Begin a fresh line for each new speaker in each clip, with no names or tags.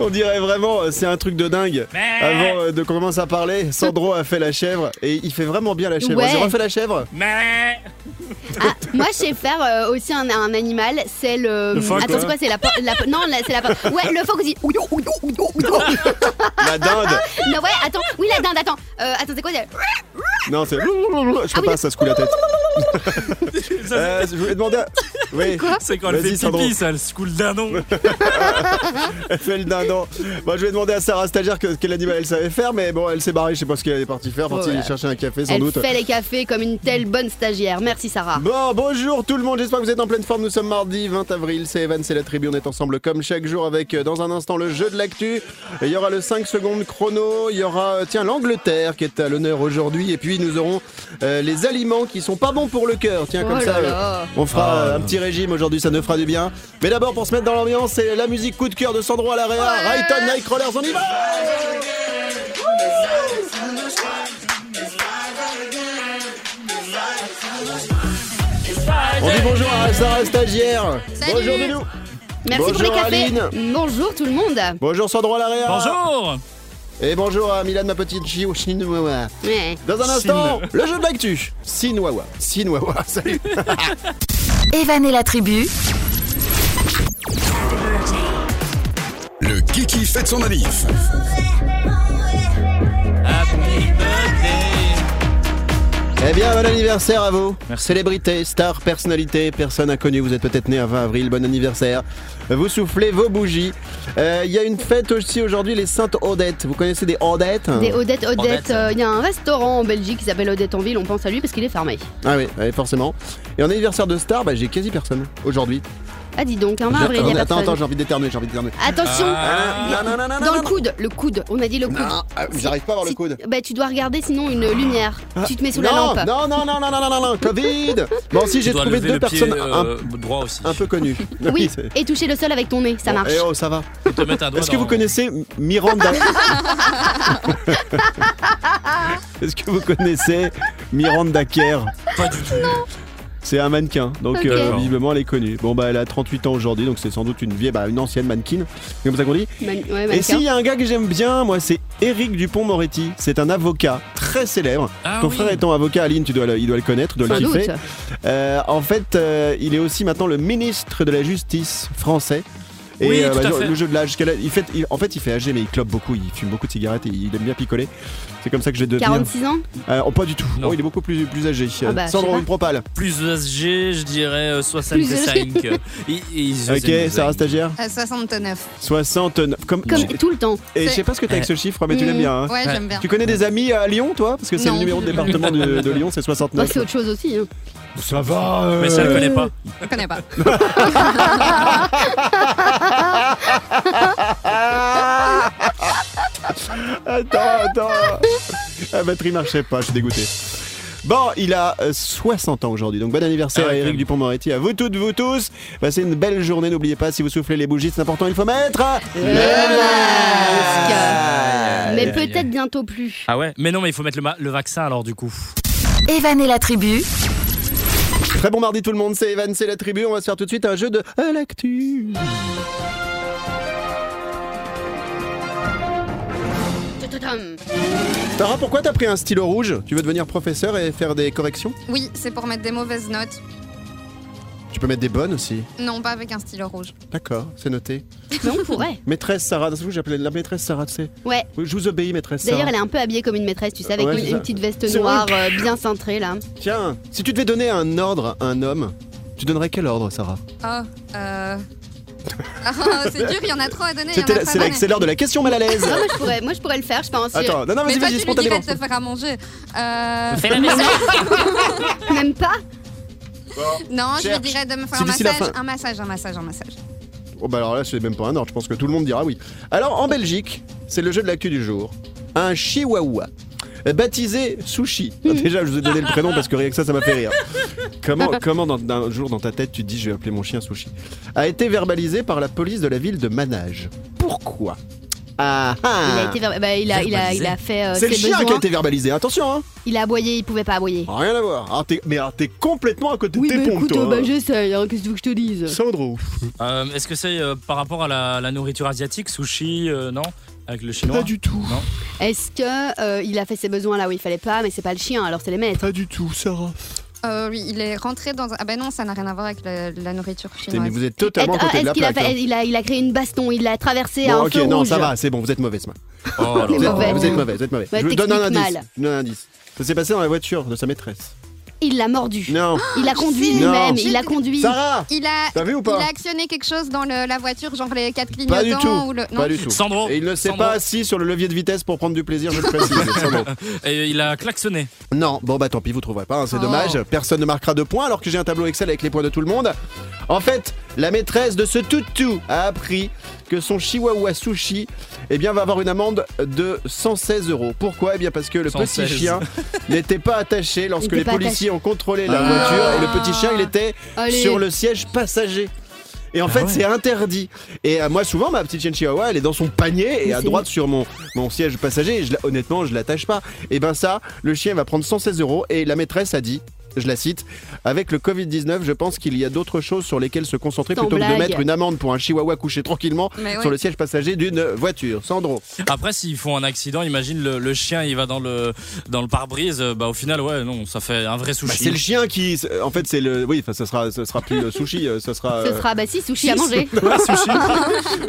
On dirait vraiment, euh, c'est un truc de dingue. Avant euh, de qu'on commence à parler, Sandro a fait la chèvre et il fait vraiment bien la chèvre.
Ouais.
Vas-y, refais la chèvre.
Ah, moi, je sais faire euh, aussi un, un animal, c'est le.
Le phoque,
Attends,
quoi.
c'est quoi C'est la, po- la po- Non, la- c'est la. po- Ouais, le phoque aussi. Ouillou, ouillou, ouillou, ouillou.
La dinde.
Non, ouais, attends, oui, la dinde, attends. Euh, attends, c'est quoi c'est-
Non, c'est. Je
Ah
peux pas, ça se coule la tête. Euh, je voulais demander. à- Oui.
C'est quand elle
Vas-y,
fait
Sandro.
pipi, ça, elle se coule d'un nom.
Elle fait le dindon. Moi, je vais demander à Sarah Stagiaire que- quel animal elle savait faire, mais bon, elle s'est barrée. Je sais pas ce qu'elle est partie faire. Partie
Voilà.
chercher un café, sans
Elle
doute.
fait les cafés comme une telle bonne stagiaire. Merci, Sarah.
Bon, bonjour tout le monde, j'espère que vous êtes en pleine forme. Nous sommes mardi 20 avril, c'est Evan, c'est la tribu. On est ensemble comme chaque jour avec euh, dans un instant le jeu de l'actu. Et Il y aura le 5 secondes chrono, il y aura euh, tiens l'Angleterre qui est à l'honneur aujourd'hui. Et puis nous aurons euh, les aliments qui sont pas bons pour le cœur. Tiens, comme
Oh
ça,
là
euh,
là.
on fera euh, un petit régime aujourd'hui, ça nous fera du bien. Mais d'abord, pour se mettre dans l'ambiance, c'est la musique coup de cœur de Sandro Alaria, Rayton Nightcrawlers, on y va On dit bonjour à Sarah Stagiaire. Bonjour Doudou.
Merci pour les
Bonjour,
cafés.
Aline.
Bonjour, tout le monde.
Bonjour Sandro Alaria.
Bonjour
Et bonjour à Milan, ma petite chiou chinois.
Ouais.
Dans un instant, le jeu de l'actu. Sinoawa. Sinoawa, salut.
Evan et la tribu,
Le Kiki fête son anniv.
Ah.
Eh bien, bon anniversaire à vous.
Merci.
Célébrité, star, personnalité, personne inconnue. Vous êtes peut-être né un 20 avril. Bon anniversaire. Vous soufflez vos bougies. Euh, Il y a une fête aussi aujourd'hui, les Saintes Odettes. Vous connaissez des Odettes
Des Odette, Odette, euh, il y a un restaurant en Belgique qui s'appelle Odette en ville, on pense à lui parce qu'il est fermé.
Ah oui, ouais, forcément. Et en anniversaire de star, bah, j'ai quasi personne aujourd'hui.
Ah, dis donc, un 20 avril, il y a
attends, attends,
personne.
j'ai envie d'éternuer, j'ai envie d'éternuer.
Attention,
Ah. non, non, non, non,
dans le
non,
coude, le coude, on a dit le coude.
Non, ah, j'arrive pas à voir le
Si-
coude.
Bah, tu dois regarder sinon une lumière. Tu te mets sous la
non,
lampe.
non, non, non, non, non, non, non, non, Covid Bon, si j'ai
Tu dois
trouvé
lever
deux
le pied,
personnes un,
euh, droit aussi.
un peu connues.
Oui,
c'est-
et toucher le sol avec ton nez, ça
Bon,
marche.
eh oh, ça va.
Faut te mettre un doigt
Est-ce que vous
dans-
connaissez Miranda Est-ce que vous connaissez Miranda Kerr
Pas du tout.
C'est un mannequin, donc
Ok.
euh, visiblement elle est connue. Bon, bah elle a 38 ans aujourd'hui, donc c'est sans doute une vieille, bah une ancienne mannequin, comme ça qu'on dit.
Man- ouais,
Et
mannequin.
s'il y a un gars que j'aime bien, moi, c'est Eric Dupont-Moretti. C'est un avocat très célèbre.
Ah
Ton
oui.
frère étant avocat, Aline, tu dois le- il doit le connaître, tu dois
Sans
le kiffer.
doute.
Euh, en fait, euh, il est aussi maintenant le ministre de la Justice français. Et
Oui, tout à
le-
fait.
le jeu de l'âge qu'elle a- il fait, il- en fait, il fait âgé, mais il clope beaucoup, il fume beaucoup de cigarettes, et il aime bien picoler. C'est comme ça que je vais devenir.
46 ans
Euh, oh, pas du tout.
Non.
Oh, il est beaucoup plus, plus âgé.
Ah bah, je sais
Sandro,
pas.
une propale.
Plus ESG, je dirais euh, 65. I- I-
Ok, Sarah
65.
Stagiaire.
À 69.
69. Comme,
Comme tout le temps.
Et je sais pas ce que t'as avec ce chiffre, mais tu l'aimes
Mm,
bien. hein.
Ouais,
Ouais.
j'aime bien.
Tu connais des amis à Lyon, toi Parce que c'est le
Non.
numéro de département de, de Lyon, c'est
Bah,
69.
c'est autre chose aussi. hein.
Ça va. euh.
Mais ça, elle connaît pas.
Je connais pas.
Attends, attends. La batterie marchait pas, je suis dégoûté. Bon, il a euh, 60 ans aujourd'hui, donc bon anniversaire
Ah
à
ouais, quand
Eric
même.
Dupont-Moretti, à vous toutes, vous tous. Passez une belle journée, n'oubliez pas, si vous soufflez les bougies, c'est important, il faut mettre hein. le
masque. Mais
aïe, aïe.
peut-être bientôt plus.
Ah ouais Mais non, mais il faut mettre le, ma- le vaccin alors du coup.
Evan et la tribu,
Très bon mardi tout le monde, c'est Evan, c'est la tribu, on va se faire tout de suite un jeu de à l'actu. Tara, pourquoi t'as pris un stylo rouge Tu veux devenir professeur et faire des corrections
Oui, c'est pour mettre des mauvaises notes.
Tu peux mettre des bonnes aussi.
Non, pas avec un stylo rouge.
D'accord, c'est noté.
Mais on pourrait.
Maîtresse Sarah, vous j'appelais la maîtresse Sarah, tu sais.
Ouais.
Oui, Je vous obéis, maîtresse Sarah.
D'ailleurs, elle est un peu habillée comme une maîtresse, tu sais, avec
Ouais,
une,
c'est
une
ça.
petite
C'est
veste
vrai.
noire euh, bien cintrée là.
Tiens, si tu devais donner un ordre à un homme, tu donnerais quel ordre, Sarah
Oh, euh. Ah, c'est dur, il y en a trop à donner. il y en a
C'était la-
pas
C'est
à
la-
donner.
c'est l'heure de la question mal à l'aise.
Ah, moi, je pourrais, moi, je pourrais le faire, je pense.
Attends, non, non, vas-y,
Mais toi,
vas-y,
tu lui
spontanément.
dirais de se faire à manger. Euh.
Fais la maison
Même pas
Non, je lui
Cherche.
dirais de me faire
C'est
un
d'ici la
massage.
fin.
Un massage, un massage, un massage.
Oh, bah alors là, c'est même pas un ordre, je pense que tout le monde dira oui. Alors, en Belgique, c'est le jeu de l'actu du jour. Un chihuahua baptisé Sushi.
Hmm.
Ah, Déjà, je vous ai donné le prénom parce que rien que ça, ça m'a fait rire. Comment, comment dans- un jour dans ta tête, tu te dis je vais appeler mon chien Sushi A été verbalisé par la police de la ville de Manage. Pourquoi Ah ah.
Il a été, ver- bah, il a, il a, il a fait euh,
C'est le
ses
chien
besoins.
qui a été verbalisé, attention hein
Il a aboyé, il pouvait pas aboyer.
Rien à voir. Ah, t'es- mais alors, t'es complètement à côté
oui,
de tes
mais
pompes,
écoute,
toi.
bah, j'essaye, hein, qu'est-ce que tu veux que je te dise
Sandro.
Euh, Est-ce que c'est euh, par rapport à la, la nourriture asiatique, sushi, euh, non Avec le chinois
Pas du tout.
Non.
Est-ce que euh, il a fait ses besoins là où il fallait pas, mais c'est pas le chien, alors c'est les maîtres
Pas du tout, Sarah.
Euh, oui, il est rentré dans un. Ah ben non, ça n'a rien à voir avec la, la nourriture
Mais
chinoise.
vous êtes totalement à
Est-ce- ah,
côté de
est-ce
la
qu'il a,
plaque.
fait-
hein.
il, a, il a créé une baston, il l'a traversé à
Bon,
un
ok,
feu
non,
rouge.
ça va, c'est bon, vous êtes mauvaise. ma-
Oh, là
Vous êtes,
là.
mauvais.
vous êtes mauvaise, vous êtes mauvaise.
Bah,
je vous donne un
t'expliques
indice.
mal.
Je vous donne un indice. Ça s'est passé dans la voiture de sa maîtresse.
Il l'a mordu.
Non.
Il l'a conduit
Non.
lui-même, Ah, il l'a conduit.
Sarah
Il a,
T'as vu ou
il
pas
a actionné quelque chose dans le- la voiture, genre les quatre clignotants
Pas du tout.
ou le. Non.
Pas du tout.
Sandro.
Et il ne s'est
Sandro.
pas assis sur le levier de vitesse pour prendre du plaisir, je le précise. Sandro.
Et il a klaxonné.
Non, bon bah tant pis, vous trouverez pas, hein, c'est
Oh.
dommage. Personne ne marquera de points alors que j'ai un tableau Excel avec les points de tout le monde. En fait, la maîtresse de ce toutou a appris que son chihuahua sushi eh bien, va avoir une amende de 116 euros. Pourquoi Eh bien parce que le petit
116.
chien n'était pas attaché lorsque
était
les
pas
policiers ont contrôlé la
Ah.
voiture et le petit chien il était
Allez.
sur le siège passager. Et en fait,
ouais.
c'est interdit. Et euh, moi, souvent, ma petite chienne chihuahua, elle est dans son panier et
Mais
à
c'est
droite sur mon, mon siège passager. Et je la- honnêtement, je l'attache pas. Et ben ça, le chien va prendre 116 euros. Et la maîtresse a dit, je la cite, avec le Covid 19, je pense qu'il y a d'autres choses sur lesquelles se concentrer
Sans
plutôt que de
blague.
mettre une amende pour un chihuahua couché tranquillement
Mais ouais.
sur le siège passager d'une voiture. Sandro.
Après, s'ils font un accident, imagine le, le chien, il va dans le, dans le pare-brise. euh, Bah, au final, ouais, non, ça fait un vrai
Bah,
sushi.
c'est le chien qui, c'est- en fait, c'est le, oui, enfin, ça sera, ça sera plus euh, sushi, euh, ça sera,
Ce
euh,
sera bah si sushi à manger.
Ouais, sushi.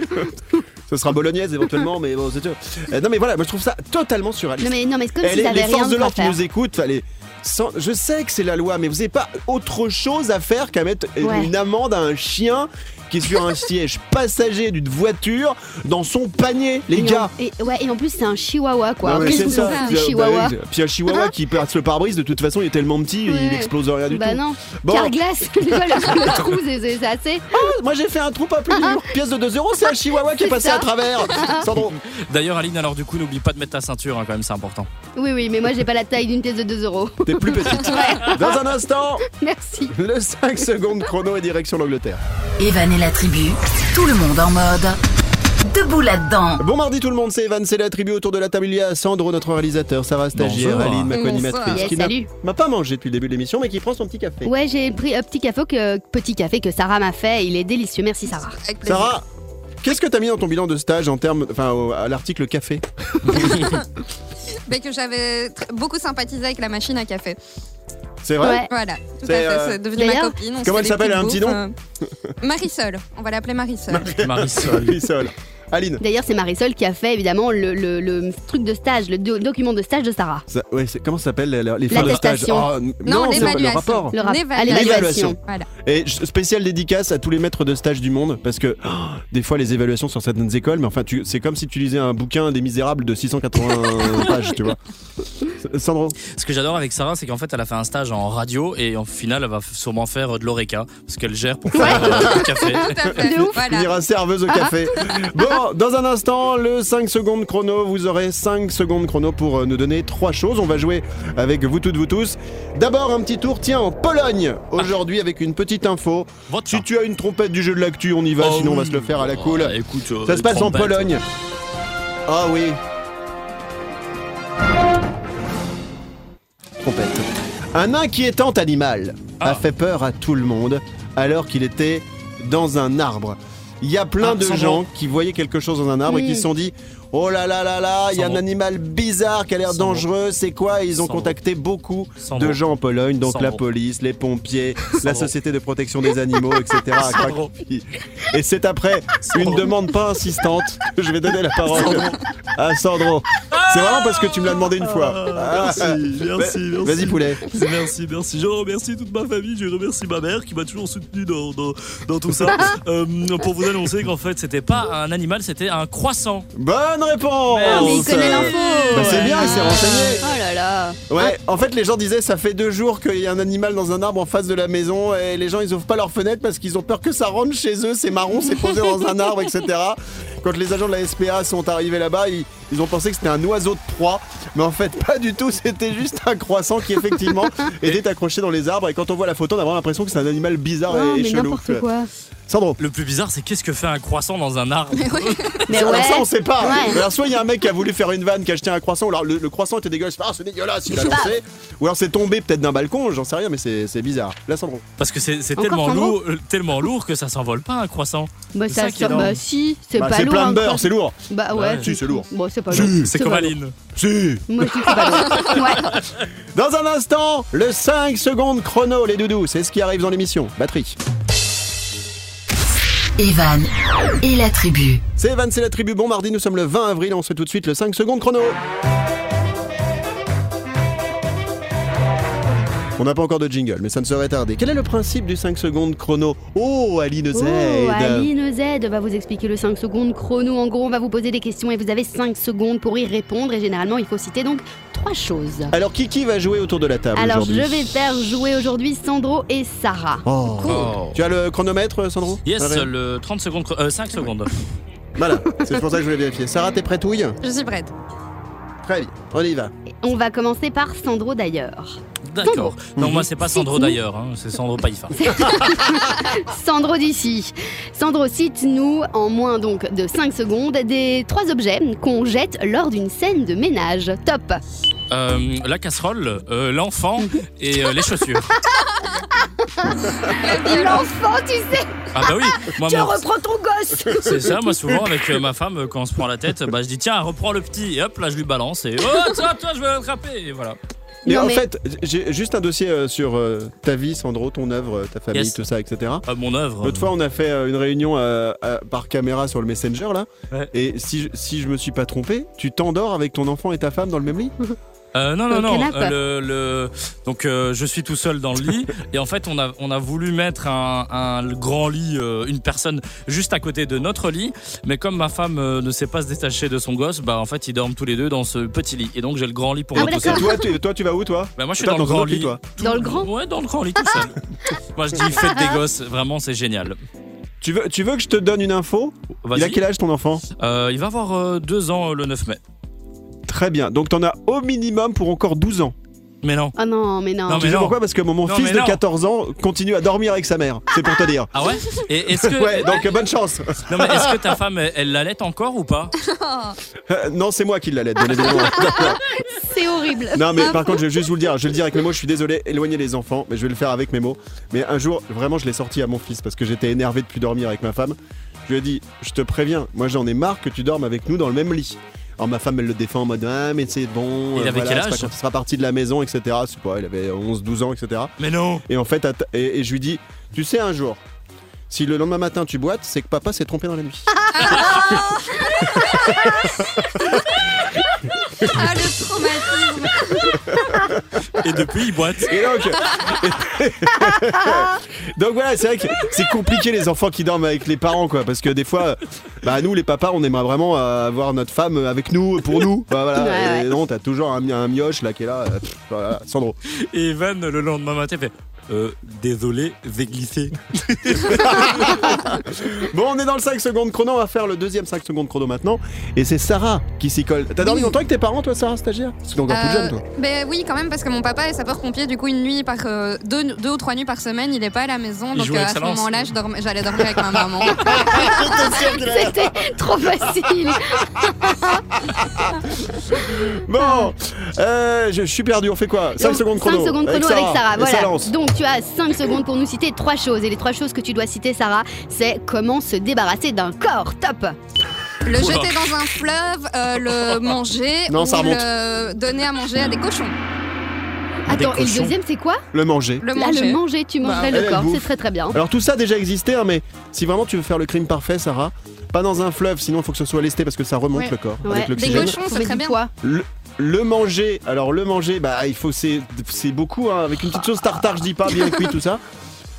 ça sera bolognaise éventuellement, mais bon, c'est sûr. Euh, non, mais voilà, moi je trouve ça totalement surréaliste.
Non mais non mais c'est comme
Eh,
s'ils
les, les
avaient rien
forces de
d'autre à
l'ordre qui
faire.
nous écoutent, fallait. sans- je sais que c'est la loi, mais vous n'avez pas autre chose à faire qu'à mettre
Ouais.
une amende à un chien qui est sur un siège passager d'une voiture dans son panier, les
Et
gars.
en- et, ouais, et en plus c'est un chihuahua quoi.
Non, mais
Qu'est-ce
c'est
qu'on s'en
ça.
fout
Puis,
du
euh,
chihuahua Hein
bah oui, Puis un chihuahua qui perd le pare-brise, de toute façon, il est tellement petit, il
Ouais.
explose rien du
Bah
tout.
non,
Bon.
Carglass, tu vois, le, le trou, c'est- c'est c'est assez.
Ah, moi j'ai fait un trou pas plus dur. Pièce de 2 euros, c'est un chihuahua qui est
Ah, C'est
passé
ça.
à travers. Sandro.
D'ailleurs, Aline, alors du coup, n'oublie pas de mettre ta ceinture, hein, quand même, c'est important.
Oui, oui, mais moi j'ai pas la taille d'une pièce de 2 euros.
T'es plus petite. Dans un instant,
Merci.
le 5 secondes chrono et direction l'Angleterre.
Evan et la tribu, tout le monde en mode. Debout là-dedans.
Bon mardi tout le monde, c'est Evan, c'est la tribu autour de la table. Il y a Sandro, notre réalisateur, Sarah Stagiaire,
Bonjour.
Aline, ma
Bonsoir.
co-animatrice,
Yes,
qui n'a-
salut.
m'a pas mangé depuis le début de l'émission, mais qui prend son petit café.
Ouais, j'ai pris un petit café que petit café que Sarah m'a fait, il est délicieux. Merci Sarah.
Avec plaisir.
Sarah, qu'est-ce que t'as mis dans ton bilan de stage en termes, enfin, au- à l'article café
Mais que j'avais tr- beaucoup sympathisé avec la machine à café.
C'est vrai
Ouais.
Voilà. Tout
C'est,
à fait,
euh,
c'est devenu ma
D'ailleurs-
copine. on se
Comment
fait
elle
des
s'appelle,
petites
un petit
bouffes,
nom
euh, Marisol. On va l'appeler Marisol.
Marisol.
Oui, seul. Aline.
D'ailleurs, c'est Marisol qui a fait évidemment le, le- le truc de stage, le do- document de stage de Sarah.
Ça- ouais, c'est- comment ça s'appelle les, les fins de stage
L'attestation.
Oh, n-
Non,
c'est pas- le
l'évaluation.
rapport.
Le rap-
L'évaluation.
à l'évaluation.
Voilà.
Et je- spéciale dédicace à tous les maîtres de stage du monde parce que oh, des fois les évaluations sur certaines écoles, mais enfin, tu- c'est comme si tu lisais un bouquin des Misérables de 680 pages, tu vois. S- Sandro.
Ce que j'adore avec Sarah, c'est qu'en fait, elle a fait un stage en radio et en final, elle va f- sûrement faire euh, de l'oreca parce qu'elle gère pour faire euh, du café.
Tout à fait.
De ouf.
Il
Voilà.
ira serveuse au café. bon, dans un instant, le 5 secondes chrono. Vous aurez 5 secondes chrono pour euh, nous donner trois choses. On va jouer avec vous toutes, vous tous. D'abord, un petit tour, tiens, en Pologne. Aujourd'hui, avec une petite info.
Votre
Si tu as une trompette du jeu de l'actu, on y va,
Ah. Oh
sinon on va
oui.
se le faire à la cool.
Ah, écoute, euh,
Ça se passe en
trompette.
Pologne. Ah oui. Trompette. Un inquiétant animal a
Ah.
fait peur à tout le monde alors qu'il était dans un arbre. Il y a plein
Ah,
de
sans
gens
nom.
qui voyaient quelque chose dans un arbre et qui se sont dit Oh là là là là, il y a
Sans
un
nom.
animal bizarre qui a l'air
Sans nom.
dangereux, c'est quoi Et Ils ont
Sans
contacté beaucoup
euh, Sans
de
nom.
gens en Pologne, donc
Sans
la
nom.
police, les pompiers, la
nom.
société de protection des animaux, etc.
nom.
Et c'est après une
nom.
demande pas insistante que je vais donner la parole à Sandro. C'est vraiment parce que tu me l'as demandé une fois. Ah,
merci,
va- Vas-y poulet.
Merci, merci. Je remercie toute ma famille, je remercie ma mère qui m'a toujours soutenu dans, dans, dans tout ça. Euh, pour vous annoncer qu'en fait, c'était pas un animal, c'était un croissant.
Bonne réponse.
Ah, mais
il connaît l'info.
Bah, c'est bien, il s'est renseigné.
Oh là là.
Ouais,
Ah.
en fait les gens disaient ça fait deux jours qu'il y a un animal dans un arbre en face de la maison et les gens ils ouvrent pas leurs fenêtres parce qu'ils ont peur que ça rentre chez eux, c'est marron, c'est posé dans un arbre, etc. Quand les agents de la SPA sont arrivés là-bas, ils, Ils ont pensé que c'était un oiseau de proie, mais en fait pas du tout, c'était juste un croissant qui effectivement était accroché dans les arbres et quand on voit la photo on a vraiment l'impression que c'est un animal bizarre
Oh,
et
mais
Ah, chelou. tu
n'importe
vois.
quoi.
Sandro
Le plus bizarre, c'est qu'est-ce que fait un croissant dans un arbre
Mais
alors
ouais.
ça on sait pas.
Ouais.
Alors soit il y a un mec qui a voulu faire une vanne, qui a acheté un croissant, ou alors le, le croissant était dégueulasse, ah c'est dégueulasse, il a
sais pas.
lancé, ou alors c'est tombé peut-être d'un balcon, j'en sais rien, mais c'est c'est bizarre. Là Sandro.
Parce que c'est c'est
Encore
tellement
un
lourd, euh, tellement lourd que ça s'envole pas un croissant.
Bah,
C'est
ça,
ça qui est
sort-
énorme.
bah si, c'est
Bah,
pas
c'est
lourd.
plein
hein,
de beurre,
quoi.
c'est lourd.
Bah ouais.
Ouais.
Si, c'est lourd.
Bon, c'est pas
Si,
lourd.
C'est
pas
comme
lourd.
Aline.
Si
Moi, je dis que c'est pas lourd. Ouais.
Dans un instant, le 5 secondes chrono, les doudous, c'est ce qui arrive dans l'émission. Batterie.
Evan et la tribu.
C'est Evan, c'est la tribu. Bon mardi, nous sommes le 20 avril, on se fait tout de suite le 5 secondes chrono. On n'a pas encore de jingle, mais ça ne serait tardé. Quel est le principe du 5 secondes chrono Oh, Aline Z
Oh, Aline Z va vous expliquer le 5 secondes chrono. En gros, on va vous poser des questions et vous avez 5 secondes pour y répondre. Et généralement, il faut citer donc trois choses.
Alors, qui qui va jouer autour de la table
Alors, je
Ah, aujourd'hui
vais faire jouer aujourd'hui Sandro et Sarah.
Oh.
Oh.
Tu as le chronomètre, Sandro
Yes,
Ah ouais.
le 30 secondes, 5 secondes.
Voilà, c'est pour ça que je voulais vérifier. Sarah, t'es prête, ouille
Je suis prête.
Très bien, on y va.
Et On va commencer par Sandro d'ailleurs.
D'accord. Non,
Mhm.
moi, c'est pas Sandro
C'est qui
d'ailleurs, hein, c'est Sandro Paifa.
Sandro d'ici. Sandro, cite-nous en moins donc de 5 secondes des trois objets qu'on jette lors d'une scène de ménage. Top
Euh, la casserole, euh, l'enfant et euh, les chaussures.
La violence.
L'enfant, tu sais,
Ah bah oui, moi,
tu
mon-
reprends ton gosse
c'est ça, moi souvent avec euh, ma femme, euh, quand on se prend la tête, bah je dis tiens, reprends le petit, et hop là je lui balance et oh toi, toi, je vais l'attraper, et voilà.
Mais
Non,
en
mais-
fait, j'ai juste un dossier euh, sur euh, ta vie, Sandro, ton œuvre, euh, ta famille,
Yes.
tout ça, etc.
Ah, mon œuvre.
L'autre fois, on a fait euh, une réunion euh, à- par caméra sur le Messenger, là.
Ouais.
Et si je, si je me suis pas trompé, tu t'endors avec ton enfant et ta femme dans le même lit
Euh, non,
Au
non, non.
canapé.
euh, le, le- Donc, euh, je suis tout seul dans le lit. et en fait, on a, on a voulu mettre un, un grand lit, euh, une personne juste à côté de notre lit. Mais comme ma femme euh, ne sait pas se détacher de son gosse, bah, en fait, ils dorment tous les deux dans ce petit lit. Et donc, j'ai le grand lit pour
Ah
moi
ouais,
tout seul.
d'accord.
toi, tu, toi, tu vas où, toi
Bah, moi, je suis
Toi,
dans le
dans un
grand
autre lit,
lit.
toi.
tout-
Dans le grand
Ouais, dans le grand lit tout seul. moi, je dis fête des gosses. Vraiment, c'est génial.
tu veux, tu veux que je te donne une info Il a
Vas-y.
quel âge ton enfant
Euh, il va avoir euh, deux ans euh, le 9 mai.
Très bien. Donc, t'en as au minimum pour encore 12 ans.
Mais non.
Oh non, mais non.
Non,
Tu
mais
sais pourquoi Parce que mon
Non,
fils
mais
de
non.
14 ans continue à dormir avec sa mère. C'est pour te dire.
Ah ouais Et est-ce que,
Ouais, donc euh, bonne chance.
non, mais est-ce que ta femme, elle, elle l'allait encore ou pas
Oh.
Euh, non, c'est moi qui l'aide, bien évidemment.
C'est horrible.
Non mais par contre je vais juste vous le dire, je vais le dire avec mes mots, je suis désolé, éloignez les enfants, mais je vais le faire avec mes mots. Mais un jour, vraiment je l'ai sorti à mon fils parce que j'étais énervé de plus dormir avec ma femme. Je lui ai dit, je te préviens, moi j'en ai marre que tu dormes avec nous dans le même lit. Alors ma femme elle le défend en mode ah mais c'est bon,
Il
euh,
avait
voilà,
quel
c'est pas
âge
quand il sera parti de la maison, etc. Je sais pas, il avait 11-12 ans, etc.
Mais non.
Et en fait, atta- et, et je lui dis, tu sais un jour, si le lendemain matin tu boites, c'est que papa s'est trompé dans la nuit.
Ah, le traumatisme.
Et depuis, il boite.
Et donc, donc voilà, c'est vrai que c'est compliqué les enfants qui dorment avec les parents, quoi, parce que des fois, euh, bah nous les papas, on aimerait vraiment euh, avoir notre femme avec nous, pour nous. Bah, voilà.
Ouais,
Et non, t'as toujours un, mi- un mioche là qui est là, euh, pff, voilà, Sandro.
Et Evan, le lendemain matin, fait euh, Désolé, j'ai glissé.
Bon, on est dans le 5 secondes chrono, on va faire le deuxième 5 secondes chrono maintenant, et c'est Sarah qui s'y colle. T'as dormi
Oui.
longtemps avec tes parents, toi, Sarah, stagiaire Parce que t'es encore plus jeune,
Euh,
toi.
ben oui, quand même, parce que mon papa est sapeur-pompier. Du coup, une nuit par euh, deux, deux ou trois nuits par semaine, il est pas à la maison.
Il
Donc
joue à
euh, à ce
Excellence.
moment-là, je dormais- j'allais dormir avec ma maman.
C'était trop facile.
Bon, euh, je, je suis perdu, on fait quoi 5
Donc,
secondes chrono.
cinq secondes chrono avec Sarah.
et
voilà.
ça lance.
Donc tu as 5 secondes pour nous citer trois choses. Et les trois choses que tu dois citer, Sarah, c'est comment se débarrasser d'un corps. Top
Le
Oula.
jeter dans un fleuve, euh, le manger,
Non,
ou
ça remonte.
le donner à manger à des cochons.
Des
Attends, et le
cochons.
deuxième, c'est quoi
Le manger.
Le
Là,
manger.
le manger, tu mangerais
Bah, elle,
le
elle
corps.
bouffe.
C'est très très bien.
Alors tout ça déjà existait, hein, mais si vraiment tu veux faire le crime parfait, Sarah, pas dans un fleuve, sinon il faut que ce soit lesté parce que ça remonte
Ouais.
le corps
Ouais.
avec
Des
l'oxygène.
cochons, c'est
Trouver
très
du
bien.
poids.
Le, le manger, alors le manger, bah il faut c'est c'est beaucoup, hein, avec une petite sauce tartare, je dis pas bien cuit tout ça.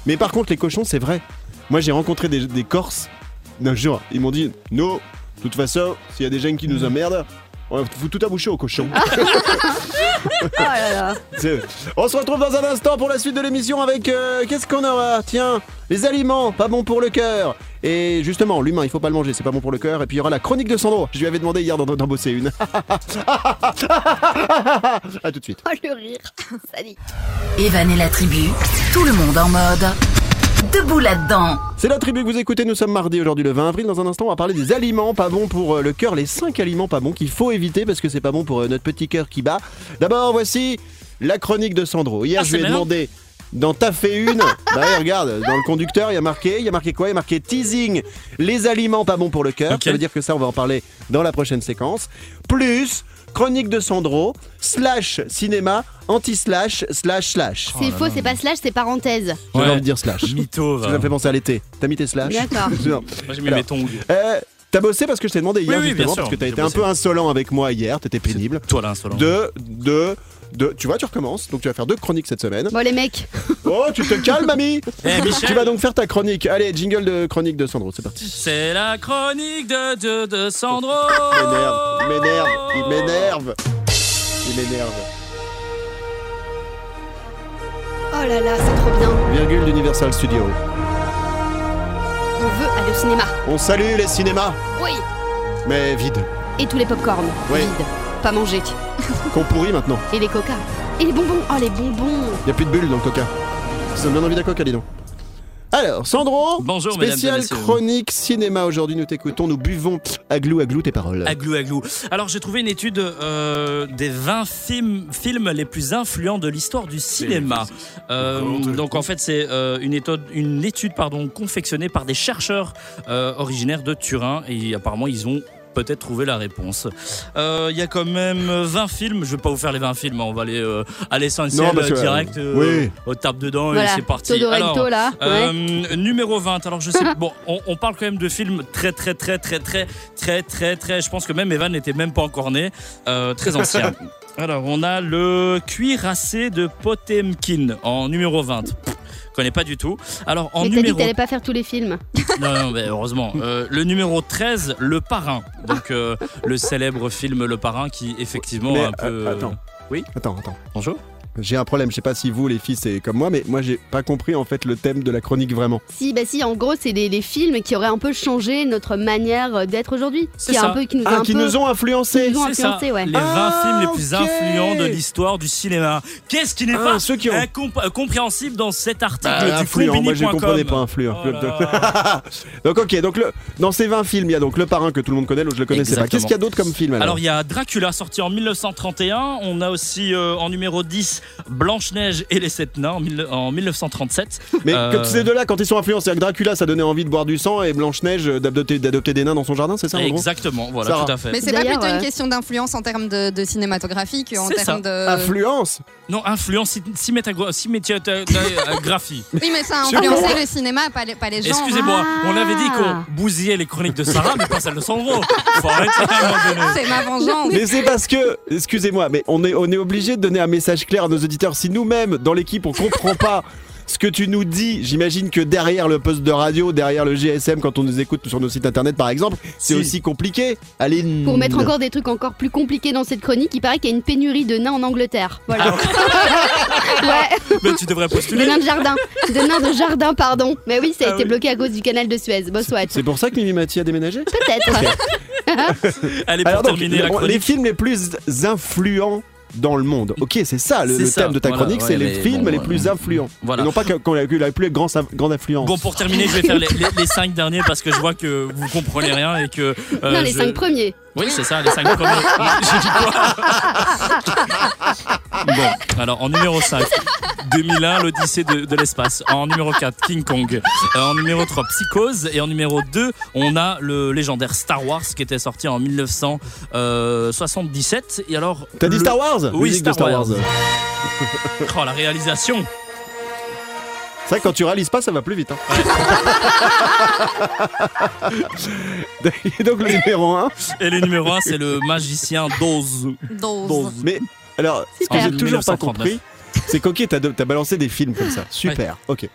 Mais par contre les cochons, c'est vrai. Moi j'ai rencontré des, des Corses, non je jure, ils m'ont dit, non, de toute façon, s'il y a des gens qui nous emmerdent, on va tout à boucher aux cochons.
Ah. Oh là là.
C'est- On se retrouve dans un instant pour la suite de l'émission avec euh, qu'est-ce qu'on aura Tiens, les aliments, pas bon pour le cœur. Et justement, l'humain, il faut pas le manger, c'est pas bon pour le cœur. Et puis il y aura la chronique de Sandro. Je lui avais demandé hier d'en d'en bosser une. à tout de suite.
Oh, le rire. Ça dit.
Oh
Evan et la tribu, tout le monde en mode. Debout là-dedans.
C'est la tribu que vous écoutez, nous sommes mardi aujourd'hui le 20 avril. Dans un instant, on va parler des aliments pas bons pour euh, le cœur, les 5 aliments pas bons qu'il faut éviter parce que c'est pas bon pour euh, notre petit cœur qui bat. D'abord, voici la chronique de Sandro. Hier,
Ah,
je
c'est
lui ai
malin.
demandé d'en taffer une. bah ouais, regarde, dans le conducteur, il y a marqué, il y a marqué quoi Il y a marqué teasing, les aliments pas bons pour le cœur.
Ok.
Ça veut dire que ça, on va en parler dans la prochaine séquence. Plus chronique de Sandro, slash cinéma, anti-slash, slash slash.
C'est faux, c'est pas slash, c'est parenthèse.
J'ai
Oh. Ouais.
envie de dire slash.
Mytho,
Ça
va.
me fait penser à l'été. T'as mis tes slash
D'accord.
Non.
Moi, j'ai mis
Alors.
mes tongs.
Euh, T'as bossé parce que je t'ai demandé hier
Oui, oui,
justement,
bien sûr,
parce que t'as
j'ai
été un
bossé.
peu insolent avec moi hier, t'étais pénible.
Toi, l'insolent.
Deux, deux, deux. Tu vois, tu recommences, donc tu vas faire deux chroniques cette semaine.
Bon, les mecs,
Oh, tu te calmes, mamie
Eh, Michel.
Tu vas donc faire ta chronique. Allez, jingle de chronique de Sandro, c'est parti.
C'est la chronique de Dieu de Sandro.
Il m'énerve, il m'énerve, il
Oh
m'énerve. Il m'énerve.
oh là là, c'est trop bien.
Virgule d'Universal Studio.
On veut aller au cinéma.
On salue les cinémas,
Oui.
mais vides.
Et tous les popcorns.
Oui.
Vides. Pas mangés.
Qu'on pourrit maintenant.
Et les coca. Et les bonbons. Oh, les bonbons.
Y a plus de bulles dans le coca. Ça donne bien envie d'un coca, dis donc. Alors, Sandro,
Bonjour, mesdames et
spécial
messieurs.
chronique cinéma. Aujourd'hui, nous t'écoutons, nous buvons aglou aglou tes paroles.
Aglou, aglou. Alors, j'ai trouvé une étude euh, des 20 films, films les plus influents de l'histoire du cinéma. Euh, donc, en fait, c'est euh, une étude, une étude pardon, confectionnée par des chercheurs euh, originaires de Turin. Et apparemment, ils ont peut-être trouvé la réponse. Euh, Il y a quand même 20 films. Je vais pas vous faire les 20 films. hein, On va aller euh, à l'essentiel
Non, parce que,
euh, direct.
euh,
euh,
oui.
On tape dedans et
voilà.
c'est parti.
Todorecto,
Alors,
là.
Euh,
Ouais.
Numéro 20. Alors je sais, bon, on, on parle quand même de films très très très très très très très très. Je pense que même Evan n'était même pas encore né, Euh, très ancien. Alors on a le cuirassé de Potemkin en numéro 20. Pff, connais pas du tout. Alors en
Mais t'as dit que
numéro
t'allais pas faire tous les films.
non, non, mais heureusement. Euh, le numéro 13, Le Parrain. Donc euh, le célèbre film Le Parrain qui effectivement
Mais,
un peu
euh, attends.
Oui
Attends, attends.
Bonjour.
J'ai un problème, je sais pas si vous les filles c'est comme moi, mais moi j'ai pas compris en fait le thème de la chronique vraiment.
Si, bah si, en gros, c'est les, les films qui auraient un peu changé notre manière euh, d'être aujourd'hui.
C'est
Qui a
ça.
un peu, qui nous a
Ah,
un
qui
peu-
nous ont influencés
qui nous ont
C'est ça.
influencé, ouais.
Les 20
Ah,
films les plus
ok.
influents de l'histoire du cinéma. Qu'est-ce qui n'est
Ah,
pas
ceux qui ont-
incomp- euh, compréhensible dans cet article
Ah,
du
influent, moi je
combini.com.
comprenais pas influent.
Oh là là.
donc ok, donc le, dans ces 20 films, il y a donc le parrain que tout le monde connaît, l'autre je le connaissais pas.
Exactement.
Qu'est-ce qu'il y a d'autre comme film alors,
Alors il y a Dracula sorti en 1931, on a aussi euh, en numéro 10 Blanche-Neige et les sept nains en, mille- en 1937.
Mais
euh,
que ces deux-là, quand ils sont influencés, avec Dracula, ça donnait envie de boire du sang et Blanche-Neige euh, d'adopter d'adopter des nains dans son jardin, c'est ça en gros
Exactement, voilà,
Sarah.
tout à fait.
Mais c'est pas
D'ailleurs,
plutôt
euh,
une question d'influence en termes de, de cinématographie qu'en
C'est ça.
termes de.
Influence
Non, influence cinématographique. cinématographie.
Oui, mais ça a
Sur moi.
influencé le cinéma, pas les, pas les gens. hein.
Excusez-moi,
Ah.
on avait dit qu'on bousillait les chroniques de Sarah, mais pas celles de Sandro. Faut arrêter à un moment donné.
Ah, C'est ma vengeance.
Mais c'est parce que, excusez-moi, mais on est, on est obligé de donner un message clair à nos auditeurs. Si nous-mêmes, dans l'équipe, on comprend pas ce que tu nous dis, j'imagine que derrière le poste de radio, derrière le GSM, quand on nous écoute sur nos sites internet par exemple, c'est
Si.
aussi compliqué. Allez,
Pour mettre
Mm.
encore des trucs encore plus compliqués dans cette chronique, il paraît qu'il y a une pénurie de nains en Angleterre.
Ah,
Voilà. ouais,
Mais tu devrais
de
postuler.
nains de jardin. De nains de jardin, pardon. Mais oui, ça a
Ah
été
oui.
bloqué à cause du canal de Suez. Boss Watch.
C'est pour ça que Mimi Mati a déménagé
Peut-être.
Allez, pour
Alors donc,
terminer la
on-
chronique.
les films les plus influents dans le monde. Ok, c'est ça le,
C'est
le
ça,
thème de ta
voilà,
chronique,
ouais,
c'est les
mais
films
bon,
les
ouais.
plus influents.
Voilà.
Et non pas que- qu'on a eu la plus grande, grande influence.
Bon, pour terminer, je vais faire les, les- les cinq derniers parce que je vois que vous comprenez rien et que. euh,
non, les
je-
cinq premiers.
Oui, c'est ça, les cinq premiers. J'ai dit quoi Bon, alors en numéro 5, 2001, l'Odyssée de, de l'espace. En numéro 4, King Kong. Euh, en numéro 3, Psychose. Et en numéro 2, on a le légendaire Star Wars qui était sorti en 1977. euh, Et alors.
T'as dit
le-
Star Wars
Oui,
Musique de
Star Wars.
Star Wars.
Oh, la réalisation
C'est vrai que quand tu réalises pas, ça va plus vite. hein. Et donc le numéro 1.
Et le numéro 1, c'est le magicien d'Oz.
Dose.
Mais alors, ce que
Super.
j'ai toujours pas
1939.
compris, C'est coquet, t'as t'as balancé des films comme ça. Super, ok.